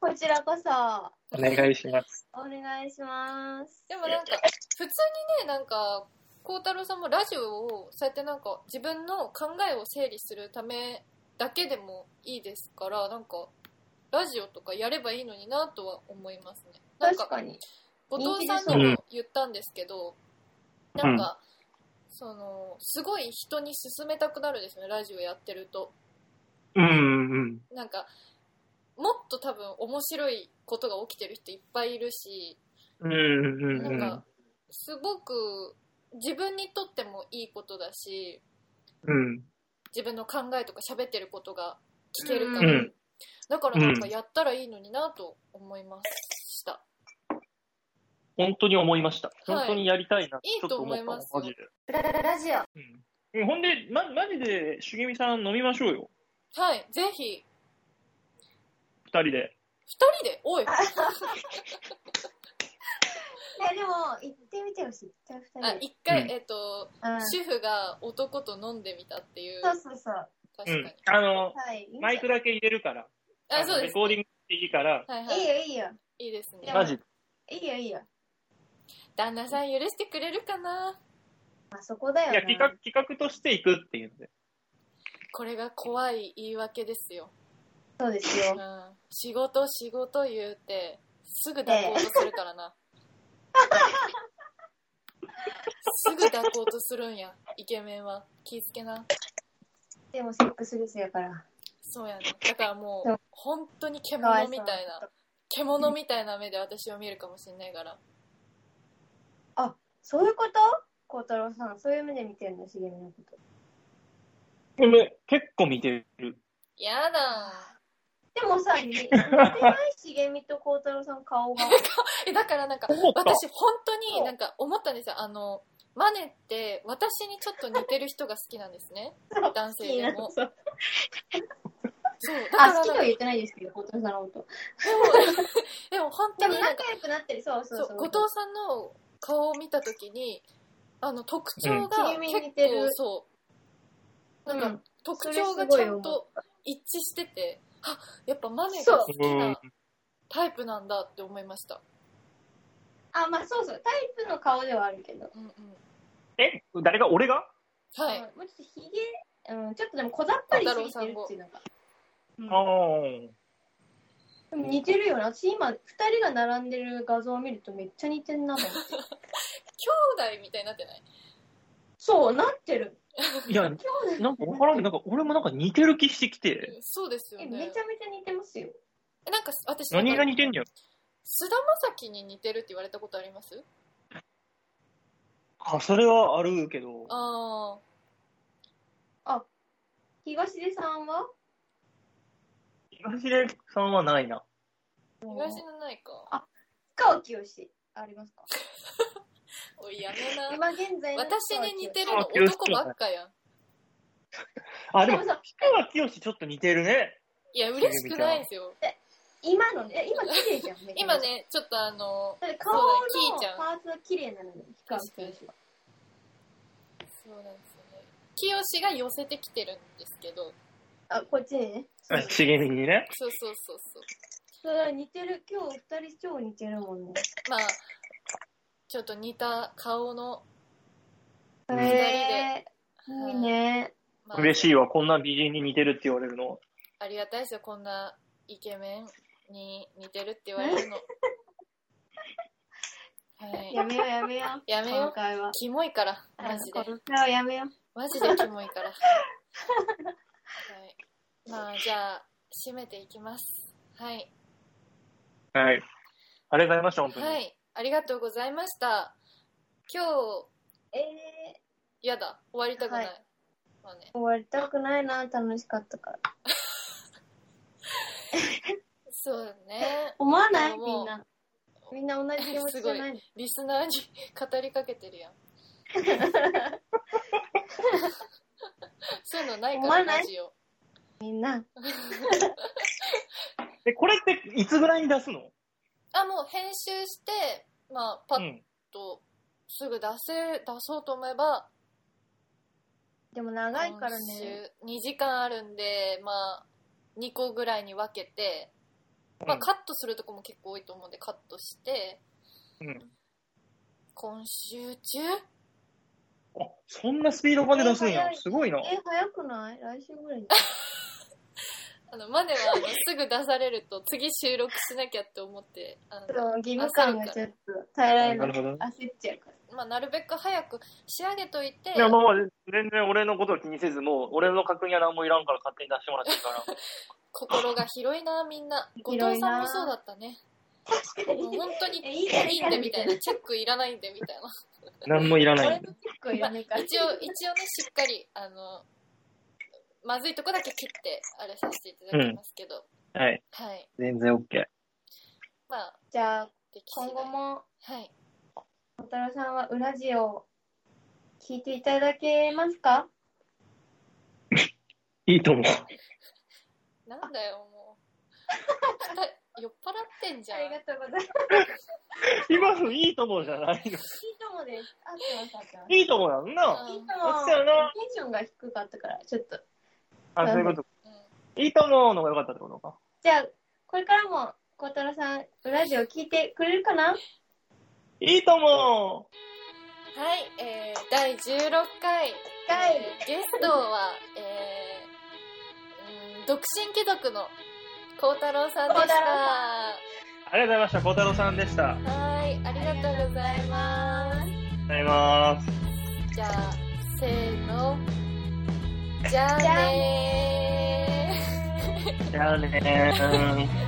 [SPEAKER 1] こちらこそ、
[SPEAKER 2] お願いします。
[SPEAKER 1] お願いします。
[SPEAKER 3] でもなんか、普通にね、なんか、孝太郎さんもラジオを、そうやってなんか、自分の考えを整理するためだけでもいいですから、なんか、ラジオとかやればいいのになとは思いますね。なん
[SPEAKER 1] 確かに。
[SPEAKER 3] 後藤さんにも言ったんですけど、
[SPEAKER 2] う
[SPEAKER 3] なんんか、その、すごい人に勧めたくなるんですよね、ラジオやってると。
[SPEAKER 2] うんうん
[SPEAKER 3] なんか、もっと多分面白いことが起きてる人いっぱいいるし、
[SPEAKER 2] うん。うんうん
[SPEAKER 3] な
[SPEAKER 2] うんん。
[SPEAKER 3] か、すごく自分にとってもいいことだし、
[SPEAKER 2] うん。
[SPEAKER 3] 自分の考えとか喋ってることが聞けるか
[SPEAKER 2] う
[SPEAKER 3] ら、
[SPEAKER 2] ん。
[SPEAKER 3] だからなんかやったらいいのになと思いました。
[SPEAKER 2] 本当に思いました。
[SPEAKER 3] はい
[SPEAKER 2] 本当にやりたいな、
[SPEAKER 3] いい
[SPEAKER 2] ちょっと思
[SPEAKER 3] と思
[SPEAKER 2] っ
[SPEAKER 3] い
[SPEAKER 2] たもん
[SPEAKER 3] ます
[SPEAKER 2] マジで。
[SPEAKER 1] ラララジオ。
[SPEAKER 2] うんうん。ほんで、ま、マジで、しげみさん飲みましょうよ。
[SPEAKER 3] はい、ぜひ、
[SPEAKER 2] 二人で。
[SPEAKER 3] 二人で、おい、
[SPEAKER 1] いや、でも、行ってみてほしい。絶対
[SPEAKER 3] あ
[SPEAKER 1] 二人で。
[SPEAKER 3] 一回、
[SPEAKER 2] うん
[SPEAKER 3] えっと、
[SPEAKER 1] うん。
[SPEAKER 3] 主婦が男と飲んでみたっていう、
[SPEAKER 1] そう
[SPEAKER 3] 確
[SPEAKER 1] そうそう。
[SPEAKER 3] か
[SPEAKER 2] う
[SPEAKER 3] に。
[SPEAKER 2] ん。あの、
[SPEAKER 1] はい。
[SPEAKER 2] マイクだけ入れるから。
[SPEAKER 3] あ、そうで
[SPEAKER 2] レ
[SPEAKER 3] す、
[SPEAKER 2] コーディングしていいから、
[SPEAKER 3] はいはい
[SPEAKER 1] いい
[SPEAKER 3] い。
[SPEAKER 1] よ、いいよ。
[SPEAKER 3] いいですね
[SPEAKER 1] や。
[SPEAKER 2] マジ。
[SPEAKER 1] いいよ、いいよ。
[SPEAKER 3] 旦那さん許してくれるかな
[SPEAKER 1] まあ、そこだよ
[SPEAKER 2] い
[SPEAKER 1] な。
[SPEAKER 2] や、企画、企画としていくっていうので。
[SPEAKER 3] これが怖い言い訳ですよ。
[SPEAKER 1] そうです
[SPEAKER 3] う
[SPEAKER 1] よ。
[SPEAKER 3] ん。仕事、仕事言うて、すぐ抱こうとするか
[SPEAKER 1] <laughs>
[SPEAKER 3] らな。すぐ抱こうとするんや、イケメンは。気ぃつけな。
[SPEAKER 1] でも、セックスレスやから。
[SPEAKER 3] そうやな。だからも
[SPEAKER 1] そうう、
[SPEAKER 3] 本当に
[SPEAKER 1] かわい
[SPEAKER 3] 獣
[SPEAKER 1] そう
[SPEAKER 3] みたいな、。獣みたいな目で私を見るかもしれないから。
[SPEAKER 1] そういうこと孝太郎さん、そういう目で見てるの、茂みのこと。
[SPEAKER 2] で結構見てる。
[SPEAKER 3] やだ。
[SPEAKER 1] でも
[SPEAKER 2] <laughs>
[SPEAKER 1] さ、似似てない茂みと孝太郎さん、顔が。
[SPEAKER 3] えだからなんか
[SPEAKER 2] 思った
[SPEAKER 3] 私本当になんか思ったんですよあのマネって私にちょっと似てる人が好きなんですね男
[SPEAKER 1] 好
[SPEAKER 3] 性
[SPEAKER 1] き
[SPEAKER 3] で
[SPEAKER 1] な
[SPEAKER 3] も
[SPEAKER 1] の。
[SPEAKER 3] そう
[SPEAKER 1] そう
[SPEAKER 3] だか
[SPEAKER 1] あ、
[SPEAKER 3] らな
[SPEAKER 1] 好
[SPEAKER 3] ん
[SPEAKER 1] き
[SPEAKER 3] か
[SPEAKER 1] とは言ってないですけど、孝太郎さんのこと。
[SPEAKER 3] でもでも本
[SPEAKER 1] で
[SPEAKER 3] 当
[SPEAKER 1] も、
[SPEAKER 3] になんか
[SPEAKER 1] 仲良くなってる。そうそ
[SPEAKER 3] そうう
[SPEAKER 1] そう。
[SPEAKER 3] 後藤さんの顔を見た時にあの特徴が
[SPEAKER 1] うん
[SPEAKER 3] 結
[SPEAKER 1] 君に似て
[SPEAKER 3] 構
[SPEAKER 1] る
[SPEAKER 3] そうなん
[SPEAKER 1] う
[SPEAKER 3] か
[SPEAKER 1] ん
[SPEAKER 3] 特
[SPEAKER 1] それ
[SPEAKER 3] 徴
[SPEAKER 1] す
[SPEAKER 3] が
[SPEAKER 1] ご
[SPEAKER 3] ち
[SPEAKER 1] い
[SPEAKER 3] ゃ
[SPEAKER 1] 思
[SPEAKER 3] ん
[SPEAKER 1] う
[SPEAKER 3] と一致しててあやっぱマネが好きなタイプなんだって思いました
[SPEAKER 1] あ、まあそうそう。タイプの顔ではあるけど。
[SPEAKER 3] うんうん
[SPEAKER 2] え誰が俺が
[SPEAKER 3] はい、
[SPEAKER 1] うんもうちょっとひげ、うん、ちょっとでも小ざっぱりしててるっていうのが。うん
[SPEAKER 2] あー
[SPEAKER 1] でも似てるよな。私今、二人が並んでる画像を見るとめっちゃ似てんなと思
[SPEAKER 3] <laughs>
[SPEAKER 1] って。
[SPEAKER 3] 兄弟みたいになってない
[SPEAKER 1] そう、なってる。
[SPEAKER 2] いや、なんかわからんけど、なんか俺もなんか似てる気してきて。
[SPEAKER 3] そうですよ
[SPEAKER 1] え、
[SPEAKER 3] ね
[SPEAKER 1] めちゃめちゃ似てますよ。
[SPEAKER 3] えなんか私なんか
[SPEAKER 2] 何が似てんのよ。
[SPEAKER 3] 菅田将暉に似てるって言われたことあります
[SPEAKER 2] あ、それはあるけど。
[SPEAKER 3] ああ
[SPEAKER 1] 東出さんは
[SPEAKER 2] 東出さんはないな。
[SPEAKER 3] 東のないか
[SPEAKER 1] 川きよしありますか
[SPEAKER 3] おいやめな
[SPEAKER 1] 今現在の
[SPEAKER 3] 私に似てる
[SPEAKER 1] 氷川きよし
[SPEAKER 3] の男ばっかやん
[SPEAKER 2] あ、で
[SPEAKER 1] で
[SPEAKER 2] も、氷
[SPEAKER 1] もさ
[SPEAKER 2] 川きよしちょっと似てるね。
[SPEAKER 3] いや嬉しくないですよ
[SPEAKER 1] 今のね今綺麗じゃん
[SPEAKER 3] 今ねちょっとあの
[SPEAKER 1] だって顔の
[SPEAKER 3] そうだキイちゃん
[SPEAKER 1] パーツは綺麗なのに氷川きよしは
[SPEAKER 3] そうなんですよね清が寄せてきてるんですけど
[SPEAKER 1] あこっちにね
[SPEAKER 2] あ茂みにね。
[SPEAKER 3] そうそうそうそう
[SPEAKER 1] それ似てる今日二人超似てるもんね
[SPEAKER 3] まあちょっと似た顔の、
[SPEAKER 2] うん
[SPEAKER 1] へ
[SPEAKER 3] は
[SPEAKER 1] ーいいね
[SPEAKER 3] まあ、
[SPEAKER 2] 嬉しいわ、こんな美人に似てるって言われるの。
[SPEAKER 3] ありがたいですよこんなイケメンに似てるって言われるのはい
[SPEAKER 1] やめようやめよ
[SPEAKER 3] <laughs>
[SPEAKER 1] う
[SPEAKER 3] やめよう
[SPEAKER 1] 今回は
[SPEAKER 3] キモいから
[SPEAKER 1] あ
[SPEAKER 3] マジで
[SPEAKER 1] 今回はやめよう
[SPEAKER 3] マジでキモいから。はい。まあ、じゃあ、締めていきます。はい。
[SPEAKER 2] はい。ありがとうございました、本当に。
[SPEAKER 3] はい。ありがとうございました。今
[SPEAKER 1] え
[SPEAKER 3] 日、やだ。終わりたくない。
[SPEAKER 1] はい
[SPEAKER 3] まあね
[SPEAKER 1] ー、。終わりたくないな楽しかったから
[SPEAKER 3] そうだね。
[SPEAKER 1] 思わない
[SPEAKER 3] も
[SPEAKER 1] み
[SPEAKER 3] う
[SPEAKER 1] んなみんな同じ気持ちじゃないの
[SPEAKER 3] リスナーに語りかけてるやん。そういうのないか
[SPEAKER 1] 思わ
[SPEAKER 3] ら、
[SPEAKER 1] ない
[SPEAKER 3] ラジオ。
[SPEAKER 1] みんな。
[SPEAKER 2] え、これっていつぐらいに出すの
[SPEAKER 3] あ、もう編集して、まあ、パ
[SPEAKER 2] う
[SPEAKER 3] ッ
[SPEAKER 2] ん。
[SPEAKER 3] とすぐ出せ、出そうと思えば、
[SPEAKER 1] でも長いからね。
[SPEAKER 3] 2時間あるんで、まあ、2個ぐらいに分けて、まあ、
[SPEAKER 2] うん
[SPEAKER 3] カットするとこも結構多いと思うんで、カットして、
[SPEAKER 2] うん
[SPEAKER 3] 今週中
[SPEAKER 2] あ、そんなスピード感で出すん
[SPEAKER 1] え早
[SPEAKER 2] や。
[SPEAKER 1] い
[SPEAKER 2] すごいな。
[SPEAKER 1] え、早くない来週ぐらいに。
[SPEAKER 3] あの、マネはあのすぐ出されると、次収録しなきゃって思って、あの
[SPEAKER 1] そう義務感がちょっと耐えら
[SPEAKER 2] な
[SPEAKER 1] れな
[SPEAKER 2] る
[SPEAKER 1] い。
[SPEAKER 2] ほど。
[SPEAKER 1] 焦っちゃうから。
[SPEAKER 3] まあ、なるべく早く仕上げといて、
[SPEAKER 2] いや、まあまあ、全然俺のことを気にせず、もう、俺の確認は何もいらんから勝手に出してもらってるから。
[SPEAKER 3] 心が広いな、みんな。後
[SPEAKER 1] 広いな
[SPEAKER 3] 藤さんもそうだったね。
[SPEAKER 1] 確か
[SPEAKER 3] もう
[SPEAKER 1] に。
[SPEAKER 3] 本当に
[SPEAKER 1] え
[SPEAKER 3] い
[SPEAKER 1] い
[SPEAKER 3] い
[SPEAKER 1] いから
[SPEAKER 3] んでみたいな、チェックいらないんでみたい
[SPEAKER 2] <laughs> 何もいらな
[SPEAKER 1] 俺
[SPEAKER 2] い
[SPEAKER 1] の。チェックはいらないか
[SPEAKER 3] な。
[SPEAKER 1] ら。
[SPEAKER 3] 一応、一応ね、しっかり、あの、まずいとこだけ切って、あれさせていただきますけど、
[SPEAKER 2] はい。
[SPEAKER 3] はい。
[SPEAKER 2] 全然 OK。
[SPEAKER 3] まあ、
[SPEAKER 1] じゃあ、
[SPEAKER 3] でき次
[SPEAKER 1] 今後。
[SPEAKER 3] 第
[SPEAKER 1] も、
[SPEAKER 3] はい。
[SPEAKER 1] 小太郎さんはウラジオを聞いていただけますか
[SPEAKER 2] いいと思う。
[SPEAKER 3] なんだよ、もう。ふた酔っ払ってんじゃ
[SPEAKER 1] あ
[SPEAKER 3] ん
[SPEAKER 1] り。がとうございます。
[SPEAKER 2] <laughs> 今のいいと思うじゃないの。
[SPEAKER 1] いいともです。あってます、あってます。
[SPEAKER 2] いいと思うやんな。
[SPEAKER 1] いい
[SPEAKER 3] うん
[SPEAKER 1] と
[SPEAKER 2] あ
[SPEAKER 1] も。
[SPEAKER 2] っ
[SPEAKER 1] テ
[SPEAKER 2] たよな
[SPEAKER 1] ンションが低かったから、ちょっと。
[SPEAKER 2] あ、そういうこと。
[SPEAKER 3] うん
[SPEAKER 2] いいと思うのが良かったってことか。
[SPEAKER 1] じゃあ、これからも、小太郎さん、ウラジオ聞いてくれるかない
[SPEAKER 2] いと思
[SPEAKER 3] はい、えー、第16回、
[SPEAKER 1] 回
[SPEAKER 3] えーゲストは、えー、うん独身貴族の孝太郎さんで
[SPEAKER 1] 孝
[SPEAKER 3] し
[SPEAKER 1] 太郎
[SPEAKER 2] うありがとうございました。孝太郎さんでした。あり
[SPEAKER 3] た。はい、ありがとうございます。
[SPEAKER 2] がとうございます。
[SPEAKER 3] じゃあ、せーの、じゃあ
[SPEAKER 1] じゃあ
[SPEAKER 3] ねー。
[SPEAKER 2] じゃあねー。